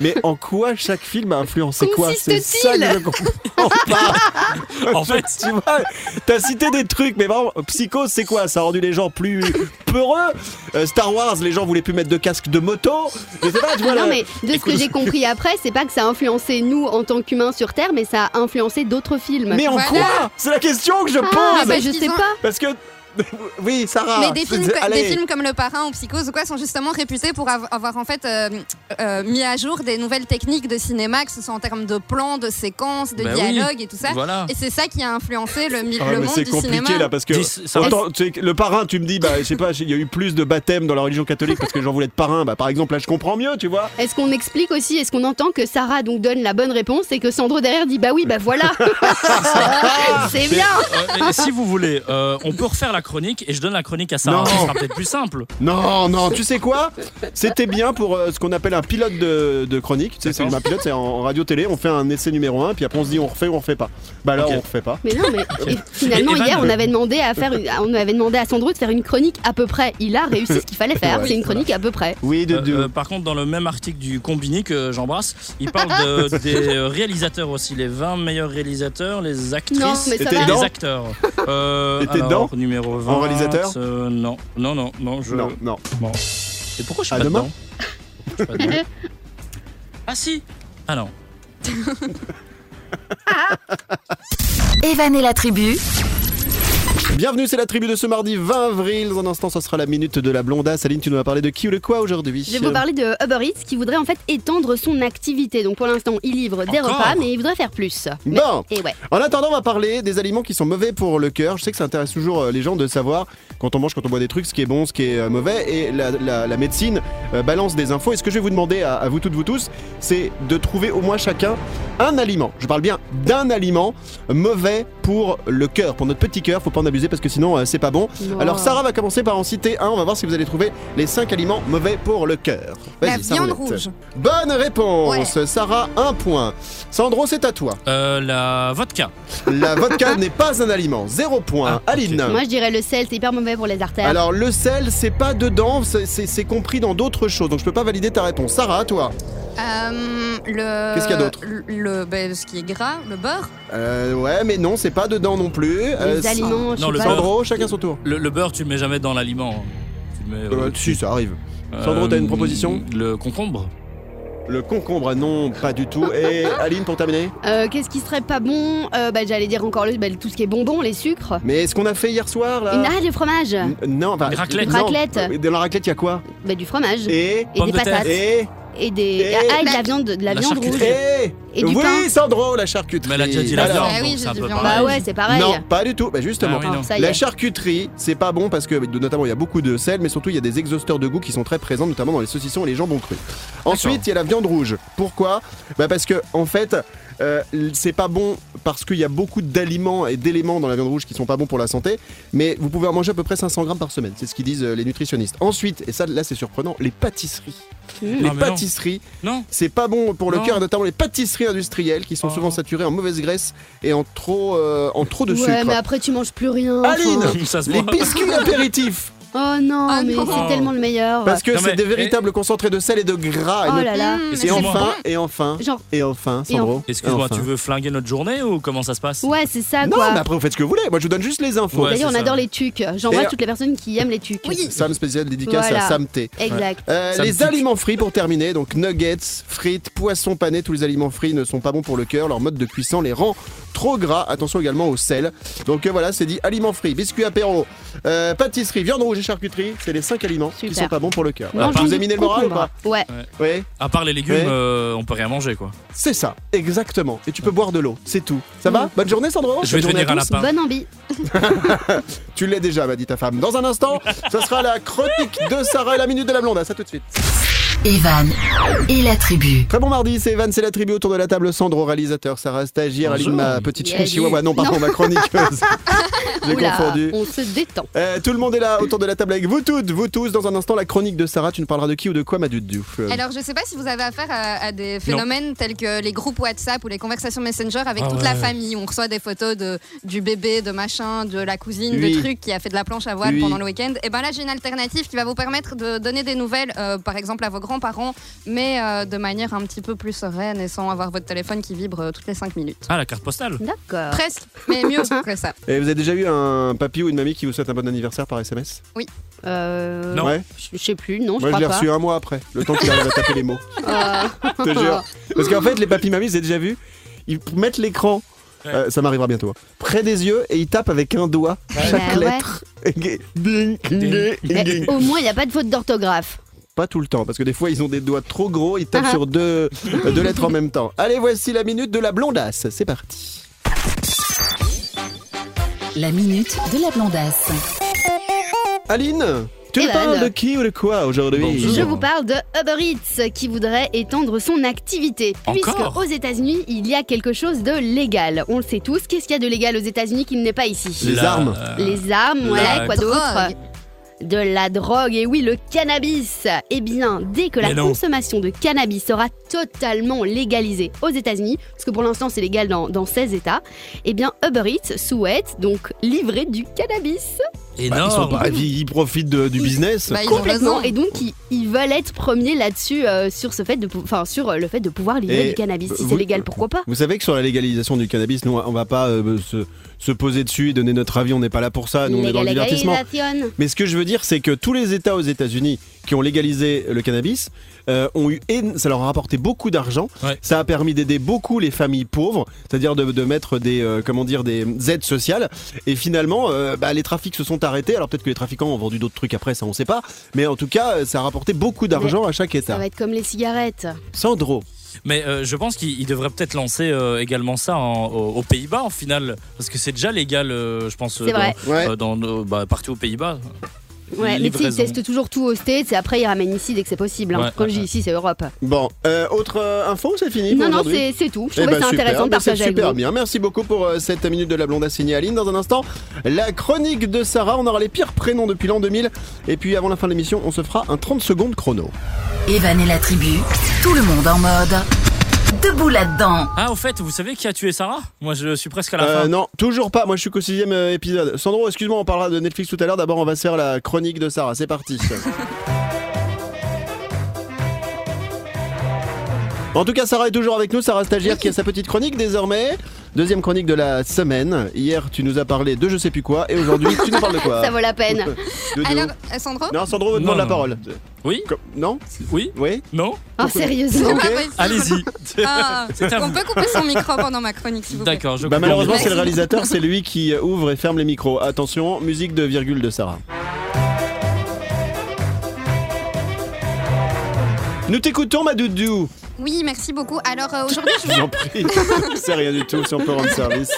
Mais en quoi chaque film a influencé quoi C'est ça que je comprends pas.
En fait-
tu vois, t'as cité des trucs, mais vraiment, Psycho, c'est quoi Ça a rendu les gens plus peureux. Euh, Star Wars, les gens voulaient plus mettre de casque de moto. Je sais pas, tu vois,
Non
là-
mais de ce que
Écoute-
j'ai compris après, c'est pas que ça a influencé nous en tant qu'humains sur Terre, mais ça a influencé d'autres films.
Mais en
Voilà.
quoi C'est la question que je pose.
ah, bah,
parce
je
qu'ils
sais
ont-
pas.
Parce que. Oui, Sarah.
Mais des films, co-
allez.
des films comme Le Parrain ou Psychose ou quoi sont justement réputés pour av- avoir en fait euh, euh, mis à jour des nouvelles techniques de cinéma, que ce soit en termes de plans, de séquences, de
Bah oui.
dialogues et tout ça.
Voilà.
Et c'est ça qui a influencé le, mi-
Ah ouais,
le
mais
monde
c'est
du
compliqué
cinéma.
là parce que
Dis- ça-
autant, tu sais, que le parrain tu me dis bah je sais pas il y a eu plus de baptêmes dans la religion catholique parce que les gens voulaient être parrain bah par exemple là je comprends mieux tu vois
Est-ce qu'on explique aussi, est-ce qu'on entend que Sarah donc donne la bonne réponse et que Sandro derrière dit bah oui bah voilà C'est bien
Euh, et si vous voulez, euh, on peut refaire la chronique et je donne la chronique à Sarah.
Non.
Ce sera peut-être plus simple.
non non tu sais quoi c'était bien pour euh, ce qu'on appelle un pilote de, de chronique tu sais c'est
D'accord.
un pilote c'est en, radio télé on fait un essai numéro 1 puis après on se dit on refait ou on refait pas bah là
Ok.
on refait pas
Mais non, mais et finalement,
Et Evan
hier, on
peut-
avait, demandé à faire une- on avait demandé à Sandro de faire une chronique à peu près. Il a réussi ce qu'il fallait faire.
Ouais,
C'est une chronique à peu près.
oui de,
Euh,
de-
euh, par contre, dans le même article du Combini que j'embrasse, il parle de- des euh, réalisateurs aussi, les 20 meilleurs réalisateurs, les actrices
Non, mais ça
C'était
va.
et
dans-
les acteurs. Euh,
T'étais
alors,
dedans
Numéro 20.
réalisateur
euh, Non, non, non, non. Je...
non non
Bon. Et pourquoi je suis
À
pas
demain.
dedans Pourquoi je suis pas dedans Ah si Ah non.
Evan et la tribu.
bienvenue c'est la tribu de ce mardi 20 avril dans un instant ça sera la minute de la blonda Saline tu nous as parlé de qui ou de quoi aujourd'hui
Je vais vous parler de Uber Eats qui voudrait en fait étendre son activité. Donc pour l'instant, il livre des
Encore
repas, mais il voudrait faire plus. Mais-
Bon.
Et ouais.
En attendant, on va parler des aliments qui sont mauvais pour le cœur. Je sais que ça intéresse toujours euh, les gens de savoir quand on mange, quand on boit des trucs, ce qui est bon, ce qui est euh, mauvais. Et la, la- la médecine euh, balance des infos. Et ce que je vais vous demander à, à vous toutes, vous tous, c'est de trouver au moins chacun un aliment. Je parle bien d'un aliment mauvais pour le cœur, pour notre petit cœur. Faut pas en abuser parce que sinon euh, c'est pas bon. Alors Sarah va commencer par en citer un. On va voir si vous allez trouver les 5 aliments mauvais pour le cœur.
La
Vas-y, cinq
viande
minutes.
rouge.
Bonne réponse. Sarah, un point. Sandro, c'est à toi.
Euh, la vodka.
La vodka n'est pas un aliment. Zéro point.
Ah, ok.
Aline.
Moi, je dirais le sel, c'est hyper mauvais pour les artères.
euh. Alors le sel, c'est pas dedans, c'est- c'est c'est compris dans d'autres choses. Donc je peux pas valider ta réponse. Sarah, à toi.
Euh, le-
Qu'est-ce qu'il y a d'autre
le, ben, Ce qui est gras, le beurre.
Euh, ouais, mais non, c'est pas dedans non plus. Euh,
les aliments, je
non,
sais
le
pas.
beurre.
Sandro, chacun son tour.
Le, le beurre, tu le mets jamais dans l'aliment. hein. Tu le mets. Euh,
Euh, si, ça arrive. Sandro, t'as une proposition
Le concombre.
Le concombre, non, pas du tout. Et Aline, pour terminer.
Euh, Qu'est-ce qui serait pas bon Euh, bah, J'allais dire encore le, bah, tout ce qui est bonbon, les sucres.
Mais ce qu'on a fait hier soir, là
Une ah, du fromage.
N- Non, enfin.
Une raclette.
non.
Raclette.
Euh, Dans la raclette, il y a quoi
Bah, du fromage. Et,
Et.
Pommes
des
de terre.
patates. Et,
Et.
des.
et-
ah, et de la viande, de la
La
viande rouge.
charcuterie.
Et.
Et du
oui,
pain.
Sandro, la charcuterie.
Mais elle a déjà dit la
Alors,
viande,
Ah oui,
donc
j'ai
c'est un
dit
peu
viande.
pareil.
Bah ouais, c'est pareil.
Non, pas du tout. Bah justement.
Ah oui, non.
Ah, ça y
La
est.
charcuterie, c'est pas bon parce que, notamment, il y a beaucoup de sel, mais surtout, il y a des exhausteurs de goût qui sont très présents, notamment dans les saucissons et les jambons crus. Ensuite, il y a la viande rouge. Pourquoi Bah parce que, en fait, euh, c'est pas bon parce qu'il y a beaucoup d'aliments et d'éléments dans la viande rouge qui sont pas bons pour la santé, mais vous pouvez en manger à peu près 500 grammes par semaine. C'est ce qu'ils disent euh, les nutritionnistes. Ensuite, et ça, là, c'est surprenant, les pâtisseries. Les
Mmh.
Ah, mais non.
pâtisseries,
Non.
c'est pas bon pour le
Non.
cœur, et notamment les pâtisseries industrielles qui sont
Oh.
souvent saturées en mauvaise graisse et en trop, euh, en trop de
ouais,
sucre.
mais après tu manges plus rien. enfin.
Aline
Ça se
les
voit.
biscuits apéritifs
Oh non,
Ah
mais
non.
c'est tellement le meilleur.
Parce que
Non,
c'est
mais-
des véritables concentrés de sel et de gras. et
Oh
ne-
là là.
Mmh,
Et
mais c'est bon.
enfin, et enfin,
Genre,
et enfin,
Et
Sandro.
Excuse-moi,
enfin.
tu veux flinguer notre journée ou comment ça se passe
ouais, c'est ça
Non,
quoi.
mais après, vous faites ce que vous voulez. Moi, je vous donne juste les infos.
Ouais,
D'ailleurs, on
c'est ça.
adore les tucs.
Et- euh,
J'envoie toutes les personnes qui aiment les tucs.
Sam spécial dédicace
Voilà.
à Sam T.
Exact.
Euh,
Sam
les
Tic.
aliments frits pour terminer, donc nuggets, frites, poissons panés, tous les aliments frits ne sont pas bons pour le cœur, leur mode de cuisson les rend trop gras, attention également au sel. Donc euh, voilà, c'est dit aliments frits, biscuits apéro, euh, pâtisserie, viande rouge et charcuterie, c'est les 5 aliments qui
Super.
sont pas bons pour le cœur.
Ah,
Mangeons
Je vous ai
du
miné le moral ou
concombre.
pas
Ouais.
Oui
À part les légumes,
Ouais.
euh, on peut rien manger quoi.
C'est ça, exactement. Et tu peux boire de l'eau, c'est tout. Ça va Bonne journée, Sandro
Mm. Je vais
Bonne journée
devenir
à
un
tous.
lapin.
Bonne envie.
Tu l'es déjà, m'a dit ta femme. Dans un instant, ce sera la chronique de Sarah et la minute de la blonde. À ça tout de suite.
Evan et la tribu.
Très bon mardi, c'est Evan, c'est la tribu autour de la table. Sandro, réalisateur, Sarah, stagiaire,
Bonjour.
Aline, ma petite
Il y a
chihuahua.
du-
Non, pardon,
Non.
ma chroniqueuse. J'ai
Oula,
confondu.
on se détend.
Euh, tout le monde est là autour de la table avec vous toutes, vous tous. Dans un instant, la chronique de Sarah. Tu nous parleras de qui ou de quoi, ma dude Diouf Euh,
Alors, je sais pas si vous avez affaire à, à des phénomènes tels que les groupes WhatsApp ou les conversations Messenger avec
Ah
toute
ouais.
la famille. On reçoit des photos de, du bébé, de machin, de la cousine,
Oui.
de trucs qui a fait de la planche à voile
Oui.
pendant le week-end. Et ben là, j'ai une alternative qui va vous permettre de donner des nouvelles, euh, par exemple, à vos grands-parents, mais euh, de manière un petit peu plus sereine et sans avoir votre téléphone qui vibre euh, toutes les 5 minutes.
Ah, la carte postale
D'accord.
Presque, mais mieux que ça.
Et vous avez déjà eu un papy ou une mamie qui vous souhaite un bon anniversaire par SMS
Euh,
Non.
Ouais.
Je je sais plus, non,
Moi, je
je
l'ai
crois
reçu un mois après, le temps qu'il arrive à taper les mots.
pas.
Je te jure. Parce qu'en fait, les papy mamies, j'ai déjà vu, ils mettent l'écran. euh, ça m'arrivera bientôt. hein, Près des yeux et ils tapent avec un doigt chaque
Bah ouais.
lettre. Ding, ding,
Euh,
ding.
mais au moins, il n'y a pas de faute d'orthographe.
Pas tout le temps, parce que des fois ils ont des doigts trop gros, ils
Ah.
tapent sur deux, euh, deux lettres en même temps. Allez, voici la minute de la blondasse, c'est parti.
La minute de la blondasse.
Aline, tu nous
Evan.
parles de qui ou de quoi aujourd'hui
Bonjour.
Je vous parle de Uber Eats qui voudrait étendre son activité.
Encore
puisque aux États-Unis, il y a quelque chose de légal. On le sait tous. Qu'est-ce qu'il y a de légal aux États-Unis qui n'est pas ici
Les
La-
armes.
euh,
Les armes,
la
voilà, quoi d'autre
drogue.
De la drogue, et oui, le cannabis. Eh bien, dès que
Mais
la
non.
consommation de cannabis sera totalement légalisée aux États-Unis, parce que pour l'instant c'est légal dans, dans 16 États, eh bien Uber Eats souhaite donc livrer du cannabis
Bah,
Énorme.
ils, sont pas ravis, ils profitent de- du business.
Bah, ils ont
complètement,
raison.
et donc ils, ils veulent être premiers là-dessus euh, sur ce fait de, pou- enfin sur euh, le fait de pouvoir livrer
Et
du cannabis. Si
vous-
c'est légal, pourquoi pas
Vous savez que sur la légalisation du cannabis, nous on va pas euh, se, se poser dessus et donner notre avis, on n'est pas là pour ça, Ah, nous on est dans le divertissement.
Légalisation.
Mais ce que je veux dire, c'est que tous les États aux États-Unis qui ont légalisé le cannabis euh, ont eu, éno- ça leur a rapporté beaucoup d'argent.
Ouais.
Ça a permis d'aider beaucoup les familles pauvres, c'est-à-dire de, de mettre des, euh, comment dire, des aides sociales. Et finalement, euh, bah, les trafics se sont arrêtés. Alors peut-être que les trafiquants ont vendu d'autres trucs après, ça on sait pas. Mais en tout cas, euh, ça a rapporté beaucoup d'argent à chaque
Ça
État.
va être comme les cigarettes.
Sandro,
Mais euh, je pense qu'il il devrait peut-être lancer euh, également ça en- aux, aux Pays-Bas en finale, parce que c'est déjà légal, euh, je pense, euh,
C'est
dans,
vrai.
Ouais.
euh, dans, nos- bah, partout aux Pays-Bas.
Ouais, mais tu sais, ils
Livraison.
testent toujours tout au States et après ils ramènent ici dès que c'est possible. hein.
Ouais,
Quand
ouais,
je dis
ouais.
ici, c'est Europe.
bon, euh, autre euh, info, ou c'est fini
Non,
pour
non,
aujourd'hui
c'est c'est tout. Je
Eh
trouvais
ben,
ça
super,
intéressant de
ben, c'est
partager avec
super
vous.
bien. Merci beaucoup pour euh, cette minute de la blonde assignée Aline. Dans un instant, la chronique de Sarah. On aura les pires prénoms depuis l'an 2000. Et puis avant la fin de l'émission, on se fera un 30 secondes chrono.
Evan et la tribu. Tout le monde en mode. Debout là-dedans.
Ah, au fait, vous savez qui a tué Sarah Moi, je suis presque à la
Euh,
fin.
non, toujours pas. Moi, je suis qu'au sixième euh, épisode. Sandro, excuse-moi, on parlera de Netflix tout à l'heure. D'abord, on va se faire la chronique de Sarah. C'est parti. En tout cas, Sarah est toujours avec nous, Sarah Stagiaire qui a sa petite chronique désormais. Deuxième chronique de la semaine. Hier, tu nous as parlé de je sais plus quoi, et aujourd'hui, tu nous parles de quoi
Ça vaut la peine.
Doudou.
Alors, euh, Sandro
Non, Sandro vous
Non,
demande la
non.
parole.
Oui
Com- Non
Oui
Oui
Non
Oh, sérieusement.
Ah, ouais.
Allez-y.
Ah,
à vous.
on peut couper son micro pendant ma chronique, s'il vous plaît.
D'accord, je
bah,
comprends
Malheureusement,
mieux.
c'est le réalisateur, c'est lui qui ouvre et ferme les micros. Attention, musique de virgule de Sarah. Nous t'écoutons, ma doudou.
Oui, merci beaucoup. Alors euh, aujourd'hui, je
Je vous en prie. c'est rien du tout si on peut rendre service.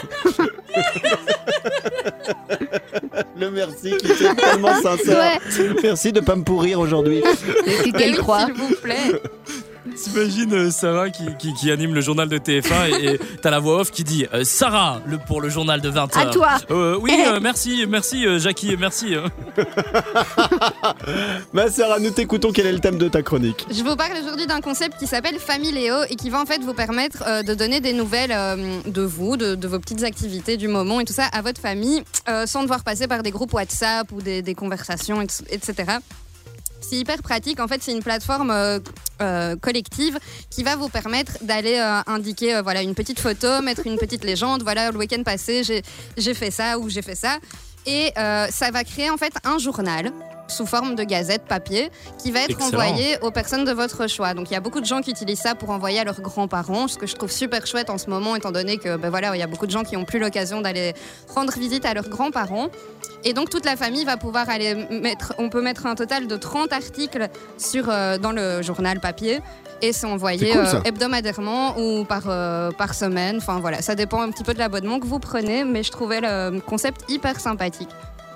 Le merci qui est tellement sincère. Merci de pas me pourrir aujourd'hui.
C'est qu'elle
Oui,
croit.
S'il vous plaît.
T'imagines euh, Sarah qui, qui- qui anime le journal de TF1 et et t'as la voix off qui dit euh, Sarah le, pour le journal de 20h.
À toi.
Euh, Oui, euh, merci, merci euh, Jackie, merci. euh.
Ma Sarah, nous t'écoutons. Quel est le thème de ta chronique
Je vous parle aujourd'hui d'un concept qui s'appelle Famille Léo et qui va en fait vous permettre euh, de donner des nouvelles euh, de vous, de, de vos petites activités du moment et tout ça à votre famille euh, sans devoir passer par des groupes WhatsApp ou des, des conversations, et- etc. C'est hyper pratique. En fait, c'est une plateforme euh, euh, collective qui va vous permettre d'aller euh, indiquer euh, voilà, une petite photo, mettre une petite légende. Voilà, le week-end passé, j'ai- j'ai fait ça ou j'ai fait ça. Et euh, ça va créer en fait un journal sous forme de gazette papier qui va être
Excellent.
envoyé aux personnes de votre choix. Donc il y a beaucoup de gens qui utilisent ça pour envoyer à leurs grands-parents, ce que je trouve super chouette en ce moment étant donné que ben voilà, il y a beaucoup de gens qui n'ont plus l'occasion d'aller rendre visite à leurs grands-parents. Et donc toute la famille va pouvoir aller mettre, on peut mettre un total de 30 articles sur, euh, dans le journal papier et c'est envoyé
C'est cool,
euh,
ça.
hebdomadairement ou par, euh, par semaine. Enfin voilà, ça dépend un petit peu de l'abonnement que vous prenez, mais je trouvais le concept hyper sympathique.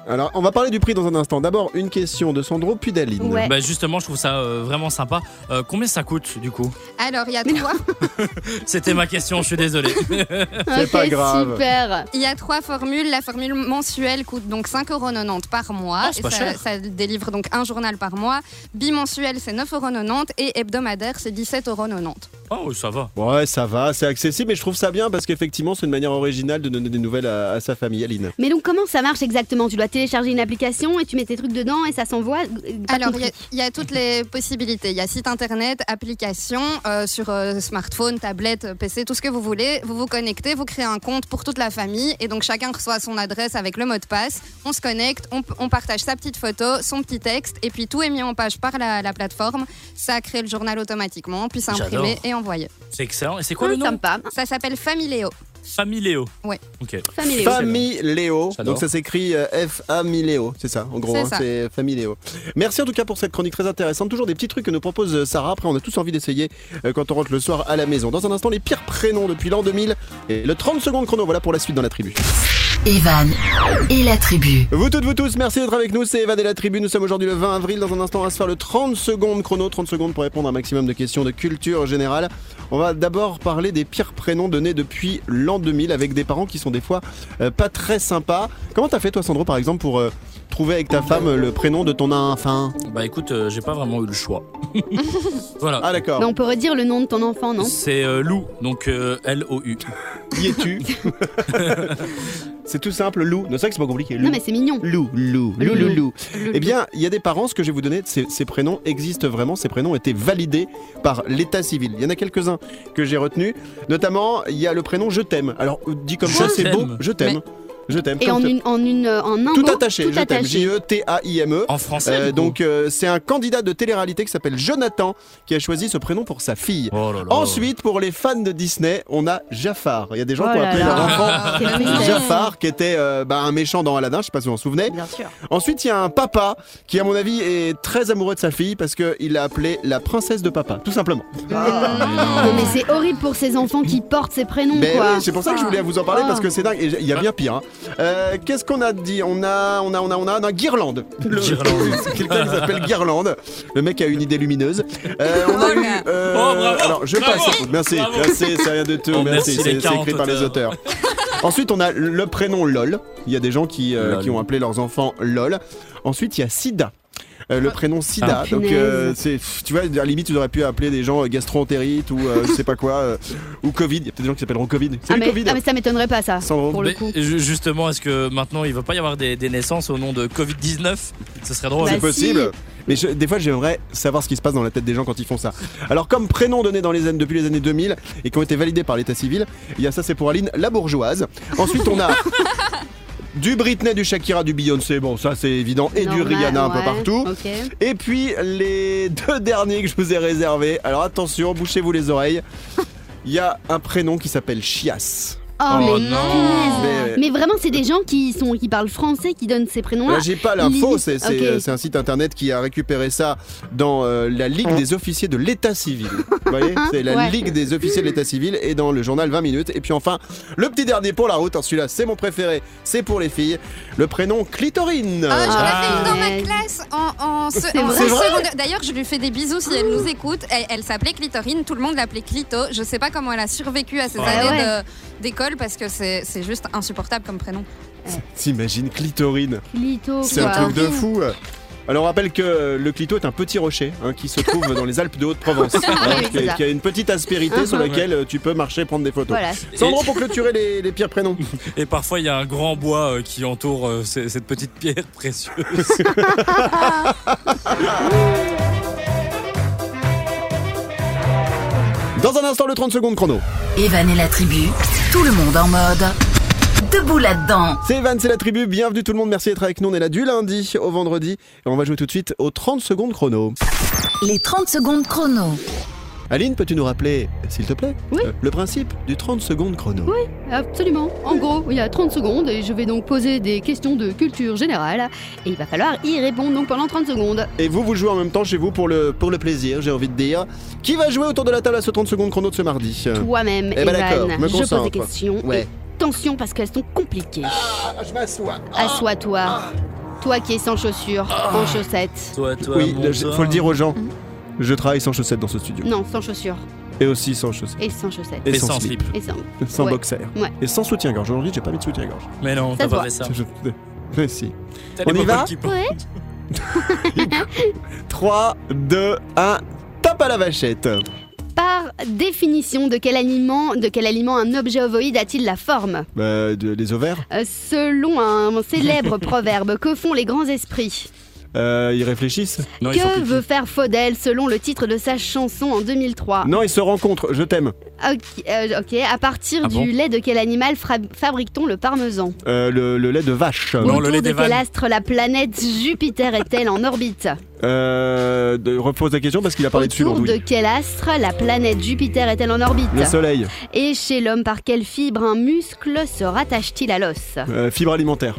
Alors, on va parler du prix dans un instant. D'abord, une question de Sandro, puis d'Aline.
Ouais.
Bah justement, je trouve ça euh, vraiment sympa. Euh, combien ça coûte du coup
Alors, il y a trois.
C'était ma question, je suis désolé.
C'est
Ok,
pas grave.
Super.
Il y a trois formules. La formule mensuelle coûte donc 5,90€ par mois.
Ah, c'est
Et
pas
ça,
cher.
ça délivre donc un journal par mois. Bimensuel, c'est 9,90€ et hebdomadaire, c'est 17,90€.
oh, ça va.
Ouais, ça va, c'est accessible et je trouve ça bien parce qu'effectivement, c'est une manière originale de donner des nouvelles à, à sa famille, Aline.
Mais donc comment ça marche exactement Tu dois télécharger une application et tu mets tes trucs dedans et ça s'envoie. euh, pas
Alors, il
compris.
y, a- il y a toutes les possibilités. Il y a site internet, application, euh, sur euh, smartphone, tablette, euh, PC, tout ce que vous voulez. Vous vous connectez, vous créez un compte pour toute la famille et donc chacun reçoit son adresse avec le mot de passe. On se connecte, on, on partage sa petite photo, son petit texte et puis tout est mis en page par la, la plateforme. Ça crée le journal automatiquement, puis c'est
J'adore.
imprimé et envoyé.
C'est excellent. Et c'est quoi le
Hum,
nom
Sympa.
Ça s'appelle Familéo.
Familéo.
Ouais.
Ok.
Familio.
Fam-
Familéo.
J'adore.
Donc ça s'écrit euh, F-A-Miléo, c'est ça, en gros,
C'est
hein,
ça.
c'est Familéo. Merci en tout cas pour cette chronique très intéressante. Toujours des petits trucs que nous propose euh, Sarah. Après, on a tous envie d'essayer euh, quand on rentre le soir à la maison. Dans un instant, les pires prénoms depuis l'an 2000 et le 30 secondes chrono. Voilà pour la suite dans la tribu.
Evan et la tribu.
Vous toutes, vous tous, merci d'être avec nous. C'est Evan et la tribu. Nous sommes aujourd'hui le 20 avril. Dans un instant, on va se faire le 30 secondes chrono. 30 secondes pour répondre à un maximum de questions de culture générale. On va d'abord parler des pires prénoms donnés depuis l'an 2000 avec des parents qui sont des fois euh, pas très sympas. Comment t'as fait, toi, Sandro, par exemple, pour euh, trouver avec ta femme euh, le prénom de ton enfin
Bah écoute, euh, j'ai pas vraiment eu le choix. voilà.
Ah, d'accord.
Mais on peut redire le nom de ton enfant, non
C'est euh, Lou, donc euh, L-O-U.
Qui es-tu C'est tout simple, Lou. Non, c'est vrai que c'est pas compliqué. Lou.
Non, mais c'est mignon.
Lou, Lou, Lou,
Lou.
Lou, Lou. Eh bien, il y a des parents, ce que je vais vous donner, ces, ces prénoms existent vraiment, ces prénoms ont été validés par l'état civil. Il y en a quelques-uns que j'ai retenus, notamment il y a le prénom Je t'aime. Alors, dit comme
Je
ça, c'est
t'aime.
beau, je t'aime. Je t'aime.
Et
comme
en
ça.
une, en une, euh, en un
Tout
mot,
attaché,
tout
je t'aime.
attaché.
J-E-T-A-I-M-E.
En français.
Euh,
du coup
donc, euh, c'est un candidat de télé-réalité qui s'appelle Jonathan qui a choisi ce prénom pour sa fille.
Oh là là.
Ensuite, pour les fans de Disney, on a Jafar. Il y a des gens
Oh
qui ont
là
appelé
là.
leur enfant
C'est
Ah.
mignon.
Jafar, qui était euh, bah, un méchant dans Aladdin, je sais pas si vous vous en souvenez.
Bien sûr.
Ensuite, il y a un papa qui, à mon avis, est très amoureux de sa fille parce qu'il l'a appelée la princesse de papa, tout simplement.
Non, mais c'est horrible pour ces enfants qui portent ces prénoms,
Mais
quoi.
Ben oui, c'est pour ça que je voulais vous en parler
Ah.
parce que c'est dingue. Et Il y a bien pire. hein. Euh, Qu'est-ce qu'on a dit On a, on a, on a, on a, on a Guirlande. Le-
Guirlande.
Quelqu'un qui s'appelle Guirlande. Le mec a une idée lumineuse. Euh, on a
Oh là.
eu. euh,
Oh, bravo.
alors, je
Bravo.
passe. Merci.
Bravo.
Merci. C'est rien de tout.
Oh,
merci.
merci, les
C'est c'est
40
écrit par les auteurs. Ensuite, on a le prénom LOL. Il y a des gens qui, euh,
Lol.
qui ont appelé leurs enfants LOL. Ensuite, il y a Sida. Euh, le prénom Sida.
Ah,
Donc,
punaise.
euh, c'est, pff, tu vois, à la limite, tu aurais pu appeler des gens euh, gastroentérites ou euh, je sais pas quoi, euh, ou Covid. Il y a peut-être des gens qui s'appelleront Covid.
Ah
Salut
mais,
Covid
ah, mais ça m'étonnerait pas, ça.
Sandro.
Pour le
Mais,
coup.
ju- justement, est-ce que maintenant il va pas y avoir des, des naissances au nom de Covid-19 Ce serait drôle.
Bah, si.
C'est possible. Mais je- des fois, j'aimerais savoir ce qui se passe dans la tête des gens quand ils font ça. Alors, comme prénom donné dans les années, depuis les années 2000 et qui ont été validés par l'état civil, il y a ça, c'est pour Aline, la bourgeoise. Ensuite, on a. Du Britney, du Shakira, du Beyoncé, bon ça c'est évident, et du
Normal,
Rihanna un peu
ouais,
partout.
ok.
Et puis les deux derniers que je vous ai réservés. Alors attention, bouchez-vous les oreilles. Il y a un prénom qui s'appelle Chias.
Oh,
Oh
mais
non.
Mais-
Mais vraiment, c'est des gens qui, sont, qui parlent français qui donnent ces prénoms-là.
Là, j'ai pas l'info,
Lily.
c'est c'est-
Ah,
euh,
Ok.
c'est un site internet qui a récupéré ça dans euh, la Ligue des officiers de l'état civil. Vous voyez C'est la
Ouais.
Ligue des officiers de l'état civil et dans le journal 20 minutes. Et puis enfin, le petit dernier pour la route, hein, celui-là c'est mon préféré, c'est pour les filles, le prénom Clitorine.
Ah, j'en ai fait une dans ma
Ouais.
classe en, en, se- en
vrai
secondaire. D'ailleurs, je lui fais des bisous si elle nous écoute. Elle, elle s'appelait Clitorine, tout le monde l'appelait Clito. Je sais pas comment elle a survécu à ces
Ouais.
années
Ouais.
de- d'école parce que c'est c'est juste insupportable comme prénom.
T'imagines Clitorine
Clito,
C'est un
quoi.
truc de fou. Alors on rappelle que le clito est un petit rocher hein, qui se trouve dans les Alpes de Haute-Provence, Hein,
oui,
qui,
c'est ça. Uh-huh.
qui a une petite aspérité sur laquelle euh, tu peux marcher, prendre des photos.
Voilà.
Sandro pour clôturer les, les pires prénoms.
Et parfois il y a un grand bois euh, qui entoure euh, ces- cette petite pierre précieuse.
Dans un instant le 30 secondes chrono.
Evan et la tribu. Tout le monde en mode. Debout là-dedans.
C'est Evan, c'est la tribu, bienvenue tout le monde, merci d'être avec nous. On est là du lundi au vendredi et on va jouer tout de suite aux 30 secondes chrono.
Les 30 secondes chrono.
Aline, peux-tu nous rappeler, s'il te plaît,
Oui.
euh, le principe du 30 secondes chrono
Absolument. En gros, il y a 30 secondes et je vais donc poser des questions de culture générale et il va falloir y répondre donc pendant 30 secondes.
Et vous, vous jouez en même temps chez vous pour le, pour le plaisir, j'ai envie de dire. Qui va jouer autour de la table à ce 30 secondes chrono de ce mardi
Toi-même,
Eh ben d'accord,
Evan,
je me
je pose
concentre.
des questions.
Ouais.
Et attention parce qu'elles sont compliquées.
Ah, je m'assois.
Assois-toi. Toi qui es sans chaussures,
Ah.
en chaussettes.
Toi, toi,
Oui,
mon
là, je-
toi.
faut le dire aux gens.
Mhm.
Je travaille sans chaussettes dans ce studio.
Non, sans chaussures.
Et aussi sans chaussettes.
Et sans chaussettes.
Et sans slip.
Et sans.
Sans
Ouais.
boxer.
Ouais.
Et sans soutien-gorge. Aujourd'hui, j'ai pas mis de soutien-gorge.
Mais non,
Ça
t'as
se
pas
voit.
fait ça.
Je- Mais si.
T'as
On
les
y va
popoles qui pendent.
3, 2, 1. Tape à la vachette.
Par définition, de quel aliment, de quel aliment un objet ovoïde a-t-il la forme
Bah, de- les ovaires.
Euh, Selon un célèbre proverbe, que font les grands esprits
Euh, ils réfléchissent.
Non, ils font
Que
pipi.
veut faire Faudel selon le titre de sa chanson en 2003
Mm.
Non, ils se rencontrent. Je t'aime.
Ok, euh, ok, à partir
Ah
du
bon
lait de quel animal fra- fabrique-t-on le parmesan
Euh, le, le lait de vache.
Euh, Non,
Autour
le lait
de
des
quel
vannes.
astre la planète Jupiter est-elle en orbite
Euh, de, repose la question parce qu'il a parlé dessus,
Autour de
l'andouille.
quel astre la planète Jupiter est-elle en orbite
Le soleil.
Et chez l'homme, par quelle fibre un muscle se rattache-t-il à l'os
Euh, fibre alimentaire.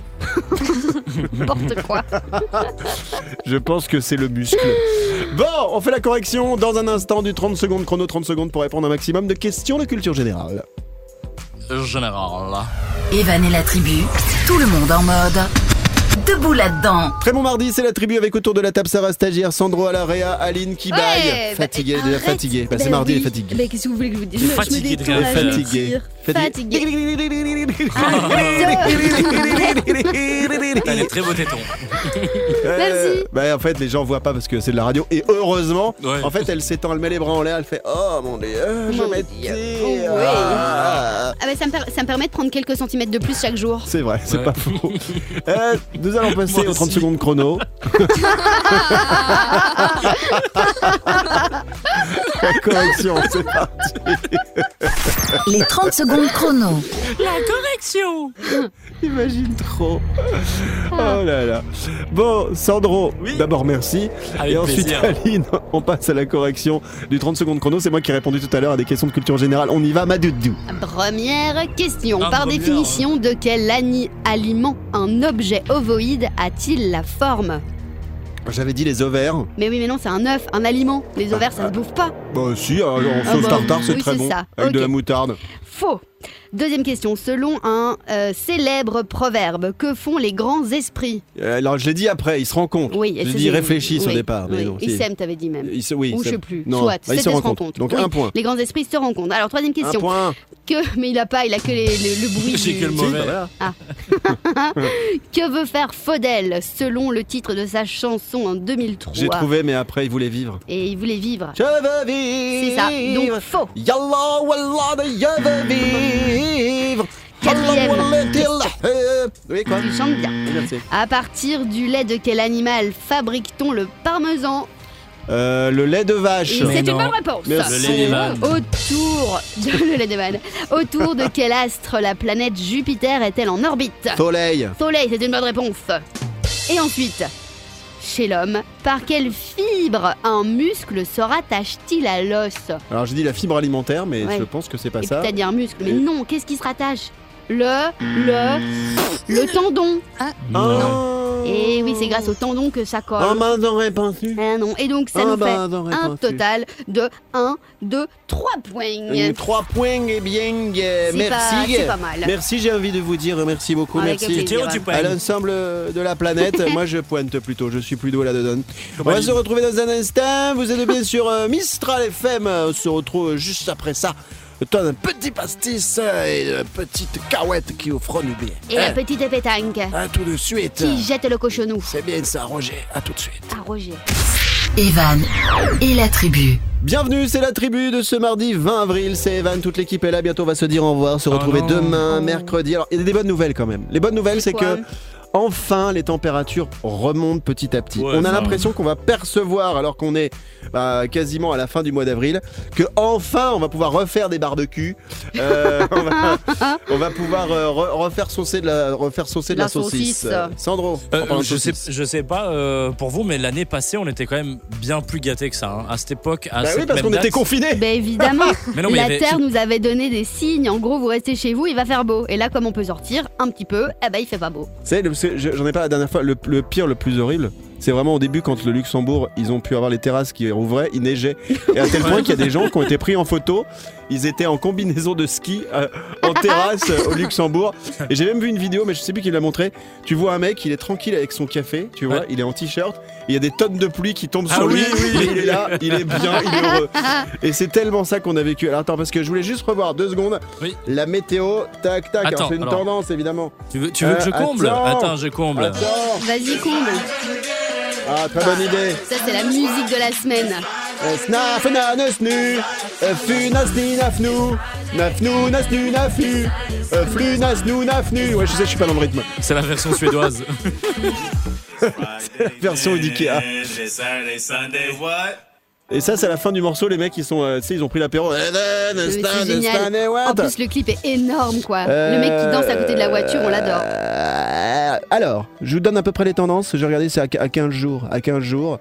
N'importe quoi.
Je pense que c'est le muscle. Bon, on fait la correction dans un instant du 30 secondes chrono, 30 secondes pour répondre à un maximum de questions de culture générale.
Général.
Evan et la tribu, tout le monde en mode. Debout là-dedans.
Très bon mardi, c'est la tribu avec autour de la table Sarah Stagiaire, Sandro Alaria, Aline qui
Ouais,
baille.
bah,
Fatigué,
arrête.
déjà fatigué. Bah, c'est
Bah
mardi,
oui.
elle est fatiguée.
Mais qu'est-ce que vous voulez que je vous dise
Il est
Je me
fatigué de
détourne
rien
à
faire.
sortir. Fatigué.
T'as des très beaux tétons.
Euh,
Merci.
Bah, en fait, les gens voient pas parce que c'est de la radio. Et heureusement,
Ouais.
en fait, elle s'étend, elle met les bras en l'air, elle fait Oh mon dieu, je
Mon
m'étire.
Dieu. Oh, oui.
Ah.
Ah bah ça me, per- ça me permet de prendre quelques centimètres de plus chaque jour.
C'est vrai, c'est
Ouais.
pas faux. Euh, nous allons passer
Moi
aux 30
aussi.
secondes chrono. La correction, c'est parti.
Les 30 secondes chrono.
Imagine trop.
Ah.
Oh là là. Bon, Sandro,
Oui.
d'abord merci.
Avec
et ensuite,
plaisir.
Aline, on passe à la correction du 30 secondes chrono. C'est moi qui ai répondu tout à l'heure à des questions de culture générale. On y va, ma doudou.
Première question.
Ah,
Par
première,
hein.
définition, de quel ani- aliment un objet ovoïde a-t-il la forme
J'avais dit les ovaires.
Mais oui, mais non, c'est un œuf, un aliment.
Ah,
Les ovaires, ça se bouffe pas.
Bah, si, euh, en
Ah
sauce
bah,
tartare, c'est
oui,
très
c'est
bon.
ça.
Avec de
Ok.
la moutarde.
Faux. Deuxième question. Selon un euh, célèbre proverbe, que font les grands esprits
Euh, Alors, je l'ai dit après, ils se rencontrent.
Oui, et
Je
ça,
dis,
c'est-
ils réfléchissent au
oui,
départ. mais
oui.
non,
Ils
si.
s'aiment, t'avais dit même.
Ils se- oui,
Ou
ils
je
se-
sais plus.
Non,
Soit.
bah, ils
C'était
se
se
rencontrent.
rencontrent.
Donc,
Oui.
un point.
Les grands esprits se rencontrent. Alors, troisième
Un
question.
point.
Que, mais il a pas, il a que les- le, le bruit.
J'ai
du-
que le
Si, bah,
mauvais.
voilà.
Que veut faire Faudel selon le titre de sa chanson en 2003
J'ai trouvé, mais après, ils voulaient vivre.
Et il voulait vivre.
Je veux
C'est
vivre
ça. Donc faux.
Yallah wallah, je veux vivre
Quatrième
Allah, wallah, till- Oui, quoi Eh,
Tu chantes bien.
Merci.
À partir du lait de quel animal fabrique-t-on le parmesan
Euh, le lait de
Et
vache.
Mais
c'est une
non.
bonne réponse.
Merci.
Le lait des vannes.
Autour de le lait des vannes. Autour de quel astre la planète Jupiter est-elle en orbite
Soleil.
Soleil, c'est une bonne réponse. Et ensuite, chez l'homme, par quelle fibre un muscle se rattache-t-il à l'os
Alors j'ai dit la fibre alimentaire, mais
Ouais.
je pense que c'est pas
Et puis
ça.
t'as dit un muscle, mais
Et-
non, qu'est-ce qui se rattache Le, le,
Mmh.
le tendon.
Non.
Et oui, c'est grâce au tendon que ça
Ah
colle.
bah j'aurais pas su.
Ah non. Et donc ça
Ah
nous
bah,
fait
j'aurais
un
pas su.
total de 1, 2, 3 points.
Euh, Trois points, eh bien, euh,
C'est pas-
merci.
c'est pas mal.
Merci, j'ai envie de vous dire euh, merci beaucoup,
Avec
merci.
plaisir.
Théo, tu
à
payes.
l'ensemble euh, de la planète. Moi, je pointe plutôt. Je suis plutôt là-dedans. On va
Valide.
se retrouver dans un instant. Vous êtes bien sur euh, Mistral FM. Euh, On se retrouve juste après ça. Le temps d'un petit pastis euh, et une petite caouette qui offre du bien. Hein,
Et la petite pétanque
À tout de suite.
qui jette le cochonou.
C'est bien ça, Roger. À tout de suite.
Ah Roger.
Evan et la tribu.
Bienvenue, c'est la tribu de ce mardi 20 avril. C'est Evan, toute l'équipe est là. Bientôt, on va se dire au revoir, se retrouver
Oh non.
demain, mercredi. Alors, il y a des bonnes nouvelles quand même. Les bonnes nouvelles, c'est
Quoi
que. Enfin, les températures remontent petit à petit.
Ouais,
on a
ça.
l'impression qu'on va percevoir, alors qu'on est bah, quasiment à la fin du mois d'avril, que enfin on va pouvoir refaire des barbecues. Euh, on, va, on va pouvoir euh, re- refaire saucer de la, refaire saucer de la,
La saucisse.
Euh, Sandro, en
Euh,
parlant de
je, sais,
saucisse.
je sais pas euh, pour vous, mais l'année passée, on était quand même bien plus gâtés que ça. hein. À cette époque, à
Bah
cette
oui, parce
même
qu'on était
date-
confinés.
Ben évidemment,
Mais non, mais il y
la
avait-
Terre nous avait donné des signes. En gros, vous restez chez vous, il va faire beau. Et là, comme on peut sortir un petit peu, eh ben il fait pas beau.
Tu sais, le- c'est- je- j'en ai pas la dernière fois. Le, le pire, le plus horrible, C'est vraiment au début, quand le Luxembourg, ils ont pu avoir les terrasses qui rouvraient, il neigeait. Et à tel point qu'il y a des gens qui ont été pris en photo. Ils étaient en combinaison de ski euh, en terrasse euh, au Luxembourg. Et j'ai même vu une vidéo, mais je sais plus qui me l'a montré. Tu vois un mec, il est tranquille avec son café, tu vois,
Ouais.
il est en t-shirt. et Il y a des tonnes de pluie qui tombent
Ah
sur
oui,
lui.
oui,
mais
oui.
il est là, il est bien, il est heureux. Et c'est tellement ça qu'on a vécu. Alors attends, parce que je voulais juste revoir deux secondes.
Oui.
La météo, tac, tac. Alors,
Attends,
c'est une
alors.
tendance, évidemment.
Tu veux, tu veux que je
Euh,
comble
attends.
Attends, je comble.
Attends.
Vas-y, comble.
Ah, très bonne idée.
Ça, c'est la musique de la semaine.
Euh, Snaf, nanes, nu. Euh, Flu, nas, ni, naf, nou. Naf, nou, nas, nu, naf, nu. Euh, Flu, nas, nou, naf, nu. Ouais, je sais, je suis pas dans le rythme.
C'est la version suédoise.
Version Ikea. Et ça, c'est à la fin du morceau. Les mecs, ils sont, euh, tu sais, ils ont pris l'apéro. Euh, nan,
Euh,
stan,
C'est génial.
stan, et what
En plus, le clip est énorme, quoi. Le mec qui danse à côté de la voiture, on l'adore.
Euh, alors, je vous donne à peu près les tendances. J'ai regardé, c'est à, à 15 jours. À 15 jours.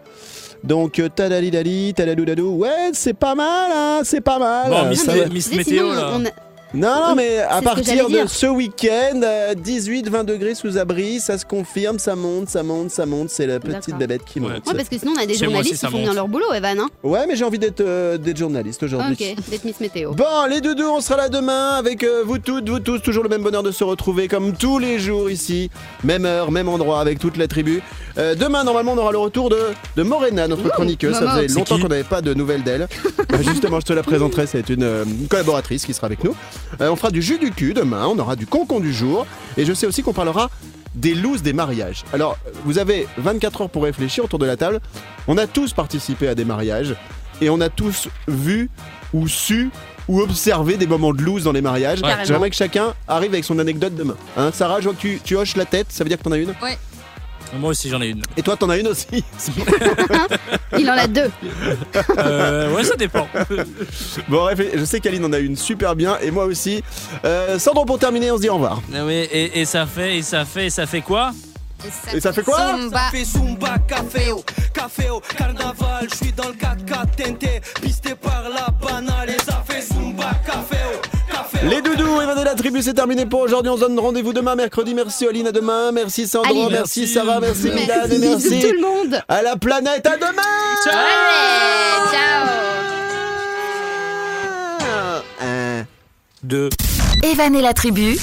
Donc, euh, tadalidali, tadaloudalou. Ouais, c'est pas mal, hein, c'est pas mal.
Bon, Miss,
Ça va.
Miss
Mais
Météo,
sinon,
là.
on-
Non, non, mais à
ce que j'allais
partir de
dire.
ce week-end, 18-20 degrés sous abri, ça se confirme, ça monte, ça monte, ça monte. C'est la petite
D'accord.
bébête qui
Ouais.
monte.
Ouais, parce que sinon, on a des
Chez moi
journalistes
aussi, ça
qui font
monte.
bien leur boulot, Evan. Hein
Ouais, mais j'ai envie d'être euh, d'être journaliste aujourd'hui.
ok, d'être Miss Météo.
Bon, les deux deux, on sera là demain avec euh, vous toutes, vous tous. Toujours le même bonheur de se retrouver comme tous les jours ici, même heure, même endroit, avec toute la tribu. Euh, demain, normalement, on aura le retour de, de Morena, notre chroniqueuse. Ça
Momo.
faisait
C'est
longtemps
qui
qu'on n'avait pas de nouvelles d'elle. Euh, justement, je te la présenterai. C'est une, euh, une collaboratrice qui sera avec nous. Euh, on fera du jus du cul demain. On aura du concon du jour. Et je sais aussi qu'on parlera des looses des mariages. Alors, vous avez 24 heures pour réfléchir autour de la table. On a tous participé à des mariages et on a tous vu ou su ou observé des moments de loose dans les mariages.
Ouais.
Carrément.
J'aimerais que chacun arrive avec son anecdote demain. Hein, Sarah, je vois que tu, tu hoches la tête, ça veut dire que t'en as une.
Moi aussi, j'en ai une.
Et toi, t'en as une aussi.
Il en a deux.
Euh, ouais, ça dépend.
bon, réfl- je sais qu'Aline en a une super bien et moi aussi. Euh, Sandro, pour terminer, on se dit au revoir.
Non, mais- et, et ça fait, et ça fait, et ça fait quoi
Et ça fait quoi
Zumba.
Fais Zumba, caféo, caféo, carnaval, je suis dans le 4 tenté, pisté par la banale, et ça fait Zumba, caféo, caféo.
Les doudous, Evan de la tribu, c'est terminé pour aujourd'hui. On se donne rendez-vous demain, mercredi. Merci Aline, à demain. Merci Sandro,
Aline.
merci,
Merci.
Sarah, merci
Merci.
Milan et
Bisous
merci
tout le monde.
à la planète. À demain
Allez, ciao.
Ah.
Deux.
Evan et la tribu,